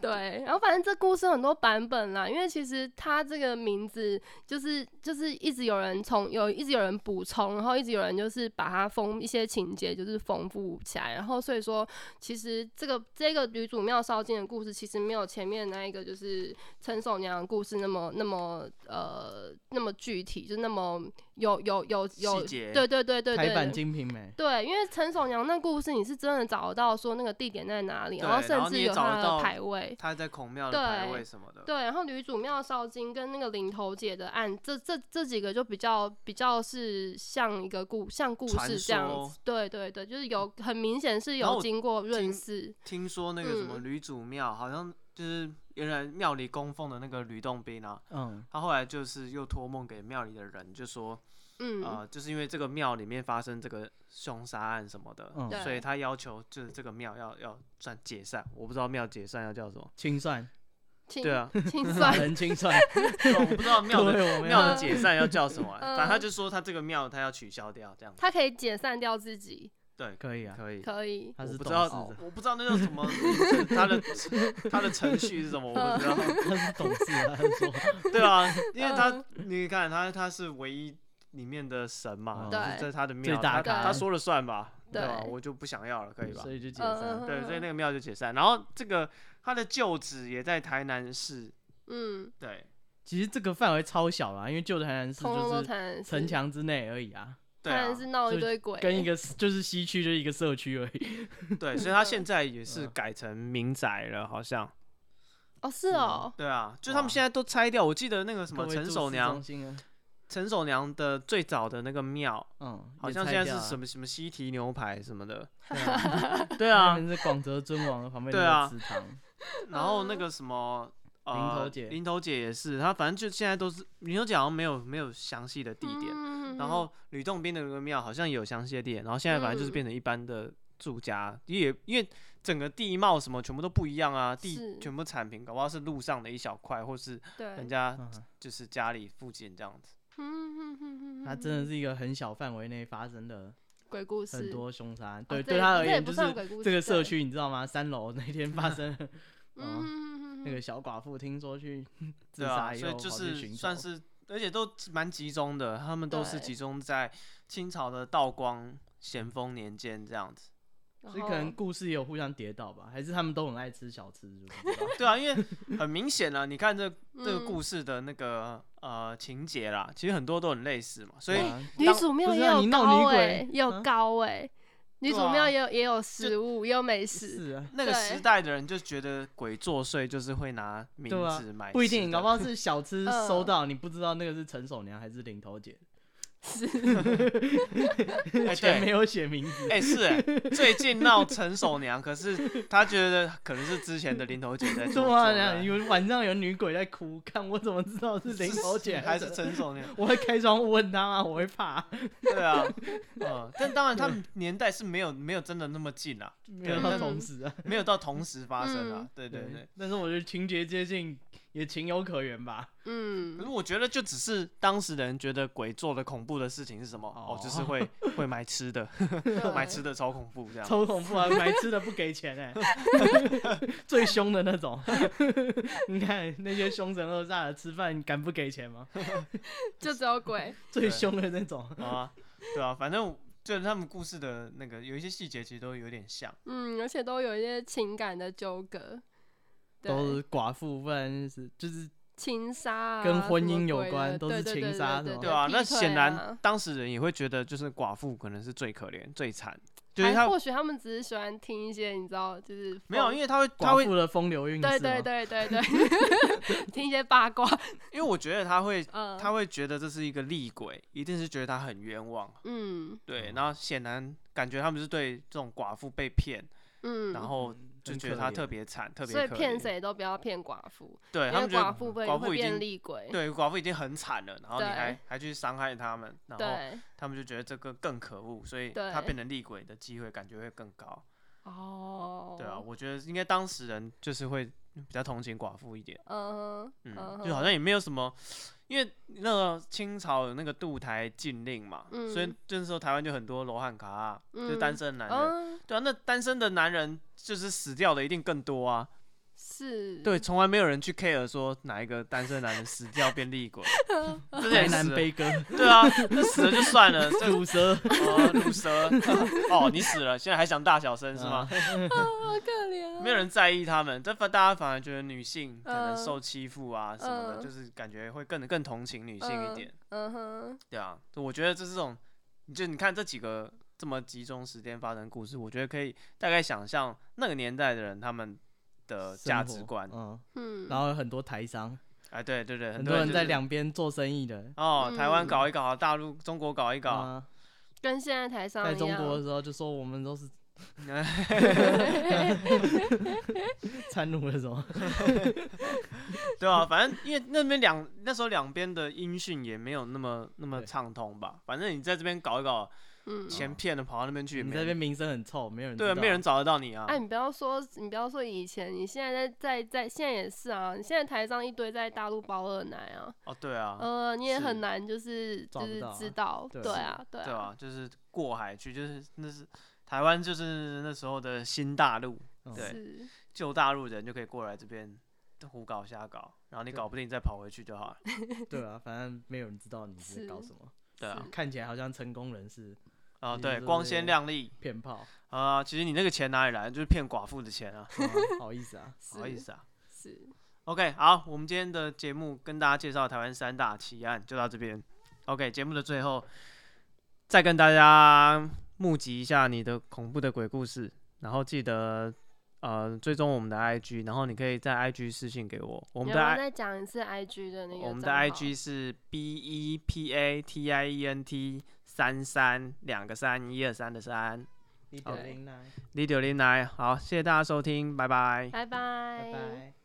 S3: 对，然后反正这故事很多版本啦，因为其实它这个名字就是就是一直有人从有一直有人补充，然后一直有人就是把它丰一些情节就是丰富起来，然后所以说其实这个这个女主庙烧金的故事其实没有前面那一个就是陈守娘的故事那么那么呃那么具体，就那么有有有有
S1: 细节
S3: 对对对对
S2: 台版《
S3: 对。
S2: 金瓶梅
S3: 对，因为陈守娘那故事，你是真的找得到说那个地点在哪里，
S1: 对
S3: 然后
S1: 然
S3: 甚
S1: 后你
S3: 至
S1: 也
S3: 有
S1: 找
S3: 它
S1: 得
S3: 的
S1: 到
S3: 牌位。
S1: 他在孔庙的牌位什么的，
S3: 对，然后女主庙烧金跟那个林头姐的案，这这这几个就比较比较是像一个故像故
S1: 传
S3: 事这样
S1: 说
S3: 子，对对对，就是有很明显是
S1: 然后
S3: 有
S1: 我
S3: 经过润
S1: 听
S3: 饰，
S1: 听说那个什么
S3: 嗯
S1: 吕祖庙，好像就是原来庙里供奉的那个吕洞宾啊，》。
S2: 嗯，
S1: 他后来就是又托梦给庙里的人，就说
S3: 嗯，
S2: 啊
S1: 呃，就是因为这个庙里面发生这个凶杀案什么的，
S2: 嗯
S1: 所以
S3: 对
S1: 他要求就是这个庙要要算解散，我不知道庙解散要叫什么，
S2: 清算，
S1: <laughs>
S3: 清 <laughs>
S1: 对啊，
S2: <laughs>
S3: 清
S2: 法
S3: 算，
S2: 人清
S1: <laughs>
S2: 算，
S1: 对我不知道庙
S2: 各
S1: 的
S2: 位我们
S1: 庙
S2: 要
S1: 的解散要叫什么，啊
S3: 嗯
S1: 反正他就说他这个庙他要取消掉这样，
S3: 她可以解散掉自己，
S1: 对，
S2: 可以啊，
S1: 可以。
S3: 可以，
S2: 他
S1: 我
S2: 是
S1: 不
S2: 懂
S1: 知道
S2: 事的，
S1: 我不知道那叫什么，就是他的他的程序是什么，我不知道。
S2: 他是懂事的，他是说
S1: 对啊，因为他
S3: 嗯
S1: 你看他他是唯一里面的神嘛，
S2: 嗯
S1: 就是
S3: 对
S1: 在他的
S2: 最
S1: 庙，
S2: 大
S1: 他
S3: 咖
S1: 他说了算吧，
S3: 对
S1: 吧？我就不想要 <laughs> 了，可以吧
S2: <laughs> 所？以就解
S3: 嗯
S2: 散。
S1: 对，所以那个庙就解散。然后这个他的旧址也在台南市，
S3: 嗯，
S1: 对
S2: 其实这个范围超小啦，因为旧台南市
S3: 通通都
S2: 就是
S3: 谈
S2: 城，墙之内而已啊，
S1: 对啊
S3: 谈，是闹
S2: 所
S3: 一
S2: 以
S3: 堆鬼，
S2: 跟一个就是西区就是一个社区而已。
S1: 对，所以他
S3: <laughs>
S1: 现在也是
S2: 嗯
S1: 改成民宅了，好像。
S3: 哦是哦，
S1: 对啊，就他
S2: 哇
S1: 们现在都拆掉。我记得那个什
S2: <laughs>
S1: 么
S2: 各位
S1: 陈
S2: 住
S1: 守
S2: 市
S1: 娘
S2: 中，心啊，
S1: 陈守娘的最早的那个庙，
S2: 嗯，
S1: 好像现在是什
S2: 么？
S1: 么什么西提牛排什么的。
S2: <laughs> 对啊
S1: 对
S2: 那
S1: 啊，
S2: 边是广泽尊王的旁边
S1: 对啊
S2: 那个祠
S3: <laughs>
S2: 堂，
S1: 然后那
S3: 嗯
S1: 个什么。呃
S2: 林啊头姐
S1: 林头姐也是，她反正就现在都是林头姐好像没有没有详细
S2: 嗯
S1: 的地点，
S3: 点
S1: 然后吕洞宾的那个庙好像也有详细的地点，然后现在反正就是
S3: 嗯
S1: 变成一般的住家，也因为整个地貌什么全部都不一样啊，地
S3: 是
S1: 全部铲平，搞不好是路上的一小块，或是
S3: 对
S1: 人，家
S2: 嗯
S1: 就是家里附近这样子。
S3: 嗯
S2: 它真的是一个很小范围内发生的
S3: 鬼故事，
S2: 很多凶杀案，
S3: 哦
S2: 对，
S3: 这
S2: 对
S3: 也
S2: 他而
S3: 这也
S2: 言
S3: 不
S2: 就
S3: 算
S2: 是
S3: 鬼故事，
S2: 这个
S3: 对
S2: 社，区，哦你知道吗？三楼那天
S3: <laughs>
S2: 发生了
S3: 嗯哼哼哼
S2: 那个小寡妇，听说去自
S1: 对啊，
S2: 杀以
S1: 所
S2: 后
S1: 以就
S2: 跑去
S1: 是
S2: 寻
S1: 算
S2: 仇
S1: 是，而且都蛮集中的，他们都是
S3: 对
S1: 集中在清朝的道光、咸丰年间这样子。
S3: 然
S2: 所以可能
S3: 后
S2: 故事也有互相跌倒吧，还是他们都很爱吃小吃，我
S3: <laughs>
S2: 不知道
S1: 对啊，因
S2: <laughs>
S1: 为很明显啊，你看这这个
S3: 嗯
S1: 故事的那个呃情节啦，其实很多都很类似嘛，所以
S2: 对啊
S3: 女
S1: 当
S3: 主庙
S2: 不是
S3: 也
S2: 啊
S3: 有
S2: 你闹
S3: 高
S2: 女
S3: 哎、
S2: 鬼
S3: 也有
S2: 啊
S3: 高哎、女
S1: 嗯
S3: 主
S1: 对啊
S3: 庙也有也有食物，也有美食，
S2: 是啊，
S1: 那个时
S3: 对
S1: 代的人就觉得鬼作祟就是会拿名
S2: 对啊
S1: 字买吃的，
S2: 不一定，搞不好是小吃
S3: 嗯
S2: 收到，你不知道那个是陈守娘还是领头姐，
S1: 哎
S2: 全没
S1: 对，
S2: 有写名
S1: <laughs>
S2: 字，
S1: 哎、是哎、最近闹陈守娘，可是他觉得可能是之前的林头姐在
S2: 对
S1: 做，
S2: 啊，
S1: 做的
S2: 有晚上有女鬼在哭，看我怎么知道是领头姐
S1: 还
S2: 是
S1: 是陈守娘，
S2: 我会开窗户问他吗？我会怕，
S1: <laughs> 对啊，嗯，但当然他们年代是没有没有真的那么近啊，
S2: 没有
S1: 对
S2: 到
S1: 那
S2: 同时啊。
S1: 没有到同时发生啊，
S3: 嗯
S1: 对对对。，
S2: 但是我觉得情节接近也情有可原吧。
S1: 可是
S3: 嗯，
S1: 我觉得，就只是当时人觉得鬼做的恐怖的事情是什么？哦，就是
S2: 哦
S1: 会会买吃的，
S3: 对
S1: 买吃的超恐怖这样。
S2: 超恐怖啊！买吃的不给钱哎、最凶的那种。你看那些凶神恶煞的吃饭敢不给钱吗？
S3: <laughs> 就只有鬼，
S2: 最凶的那种。
S1: <laughs> 啊，对啊，反正就是他们故事的那个有一些细节其实都有点像，
S3: 嗯，而且都有一些情感的纠葛，对
S2: 都是寡妇，不然就是就是
S3: 情杀、啊、
S2: 跟
S3: 什
S2: 婚
S3: 么
S2: 姻有
S3: 鬼的
S2: 关都
S3: 对
S2: 是
S3: 对
S2: 情
S3: 对
S2: 杀
S3: 对
S2: 什么
S3: 对
S1: 对
S2: 哦
S1: 啊，
S3: 劈
S1: 那
S3: 腿
S1: 显然
S3: 啊
S1: 当时人也会觉得，就是寡妇可能是最可怜、最惨，就是
S3: 还
S1: 他
S3: 或哦许他们只是喜欢听一些你知道，就是
S1: 没有，
S3: 风
S1: 因为他会他
S2: 寡
S1: 会，
S2: 妇的风流韵事。
S3: 对对，对对对，
S1: <laughs>
S3: 听一些八卦，
S1: 因为我觉得他会
S3: 嗯，
S1: 他会觉得这是一个厉鬼，一定是觉得他很冤枉，
S3: 嗯
S1: 对，
S2: 嗯
S1: 然后显然感觉他们是对这种寡妇被骗，
S3: 嗯，
S1: 然后哦就
S2: 很
S1: 觉得
S2: 可
S1: 她
S2: 怜
S1: 特别惨，特别
S3: 所以
S1: 可
S3: 骗
S1: 怜？
S3: 谁都不要骗寡妇，
S1: 对
S3: 因
S1: 他
S3: 为
S1: 们觉得
S3: 寡妇会
S1: 寡妇
S3: 会
S1: 已
S3: 变
S1: 经
S3: 厉鬼，
S1: 对，寡妇已经很惨了，然后你
S3: 对
S1: 还还去伤害他们，然后
S3: 对
S1: 他们就觉得这个更可恶，所以
S3: 对
S1: 他变成厉鬼的机会感觉会更高。
S3: 哦，
S1: 对啊，我觉得应该当事人就是会比较同情寡妇一点，
S3: 嗯哼
S1: 嗯，
S3: 嗯哼，
S1: 就好像也没有什么因为那个清朝有那个渡台禁令嘛，
S3: 嗯
S1: 所以那时候台湾就很多罗汉卡、啊，就是
S3: 嗯
S1: 单身的男人。
S3: 嗯，
S1: 对啊，那单身的男人就是死掉的一定更多啊。
S3: 是，啊
S1: 对，，从来没有人去 care 说哪一个单身的男人死掉变厉
S3: <laughs>
S1: 鬼，这
S2: 台
S1: 也
S2: 南
S1: 死了 <laughs>
S2: 悲歌，
S1: 对啊，那死了就算了，这
S2: <laughs> 毒蛇
S1: 哦，毒蛇哦，你死了，现在还想大小声是吗？？
S2: 嗯
S3: 好可怜啊，
S1: 没有人在意他们，这反大家反而觉得女性可能
S3: 嗯
S1: 受欺负啊什么的，
S3: 嗯
S1: 就是感觉会更更同情女性一点，
S3: 嗯哼，
S1: 对啊，我觉得这是这种，你就你看这几个这么集中时间发生的故事，我觉得可以大概想象那个年代的人他们的呃价值观，
S2: 嗯，
S3: 嗯，
S2: 然后有很多台商，
S1: 哎，对对对，
S2: 很
S1: 多
S2: 多人
S1: 就
S2: 在
S1: 是
S2: 两边做生意的，
S1: 哦，台湾
S3: 嗯
S1: 搞一搞，大陆中国搞一搞，
S2: 啊
S3: 跟现在台上
S2: 在
S3: 一
S2: 中
S3: 样
S2: 国的时候就说我们
S1: <laughs>
S2: 都是 <laughs> 参入了什么，
S1: 对啊，反正因为那边两那时候两边的音讯也没有那么那么
S2: 对
S1: 畅通吧，反正你在这边搞一搞，
S3: 嗯，
S1: 钱骗了跑到那边去也
S2: 你
S1: 没
S2: 这
S1: 人，
S2: 边名声很臭，没有人
S1: 对啊，
S2: 知道
S1: 没人找得到你啊
S3: 哎、。你不要说，你不要说以前，你现在在在在，现在也是啊，你现在台上一堆在大陆包二奶啊，
S1: 哦，对啊，
S3: 呃，你也
S1: 是
S3: 很难就是
S2: 抓
S3: 就
S2: 不
S3: 是
S2: 到啊
S3: 知
S2: 对
S3: 道，对
S2: 是
S3: 啊，对
S1: 对
S3: 啊，
S1: 啊，就是过海去，就是那是台湾，就是那时候的新大陆，
S2: 嗯 <laughs>
S1: 对
S3: 是，
S1: 旧大陆人就可以过来这边胡搞瞎搞，然后你
S2: 对
S1: 搞不定再跑回去就好了。
S2: 对啊，反正没有人知道你在
S3: 是
S2: 搞什么，
S1: 对啊，
S2: 看起来好像成功人士
S1: 哦
S2: 你
S1: 对，
S2: 就是
S1: 光鲜亮丽
S2: 骗 <laughs> 炮，
S1: 啊、其实你那个钱哪里来？就是骗寡妇的钱啊，
S2: 啊好意思啊，
S3: 是
S1: 不好意思啊。
S3: 是，
S1: OK，好，我们今天的节目跟大家介绍台湾三大奇案，就到这边。OK，节目的最后，再跟大家募集一下你的恐怖的鬼故事，然后记得呃追踪我们的 IG，然后你可以在 IG 私信给我，我
S3: 你
S1: 们
S3: 要
S1: 的
S3: 不要
S1: I
S3: 再讲一次 IG 的那个，
S1: 我们的 IG 是 B E P A T I E N T 三三两个三一二三的三
S2: <laughs> 一
S3: 好
S2: 点零来，
S1: 李九林来，好，谢谢大家收听，拜拜。
S3: 拜拜，
S2: 拜拜。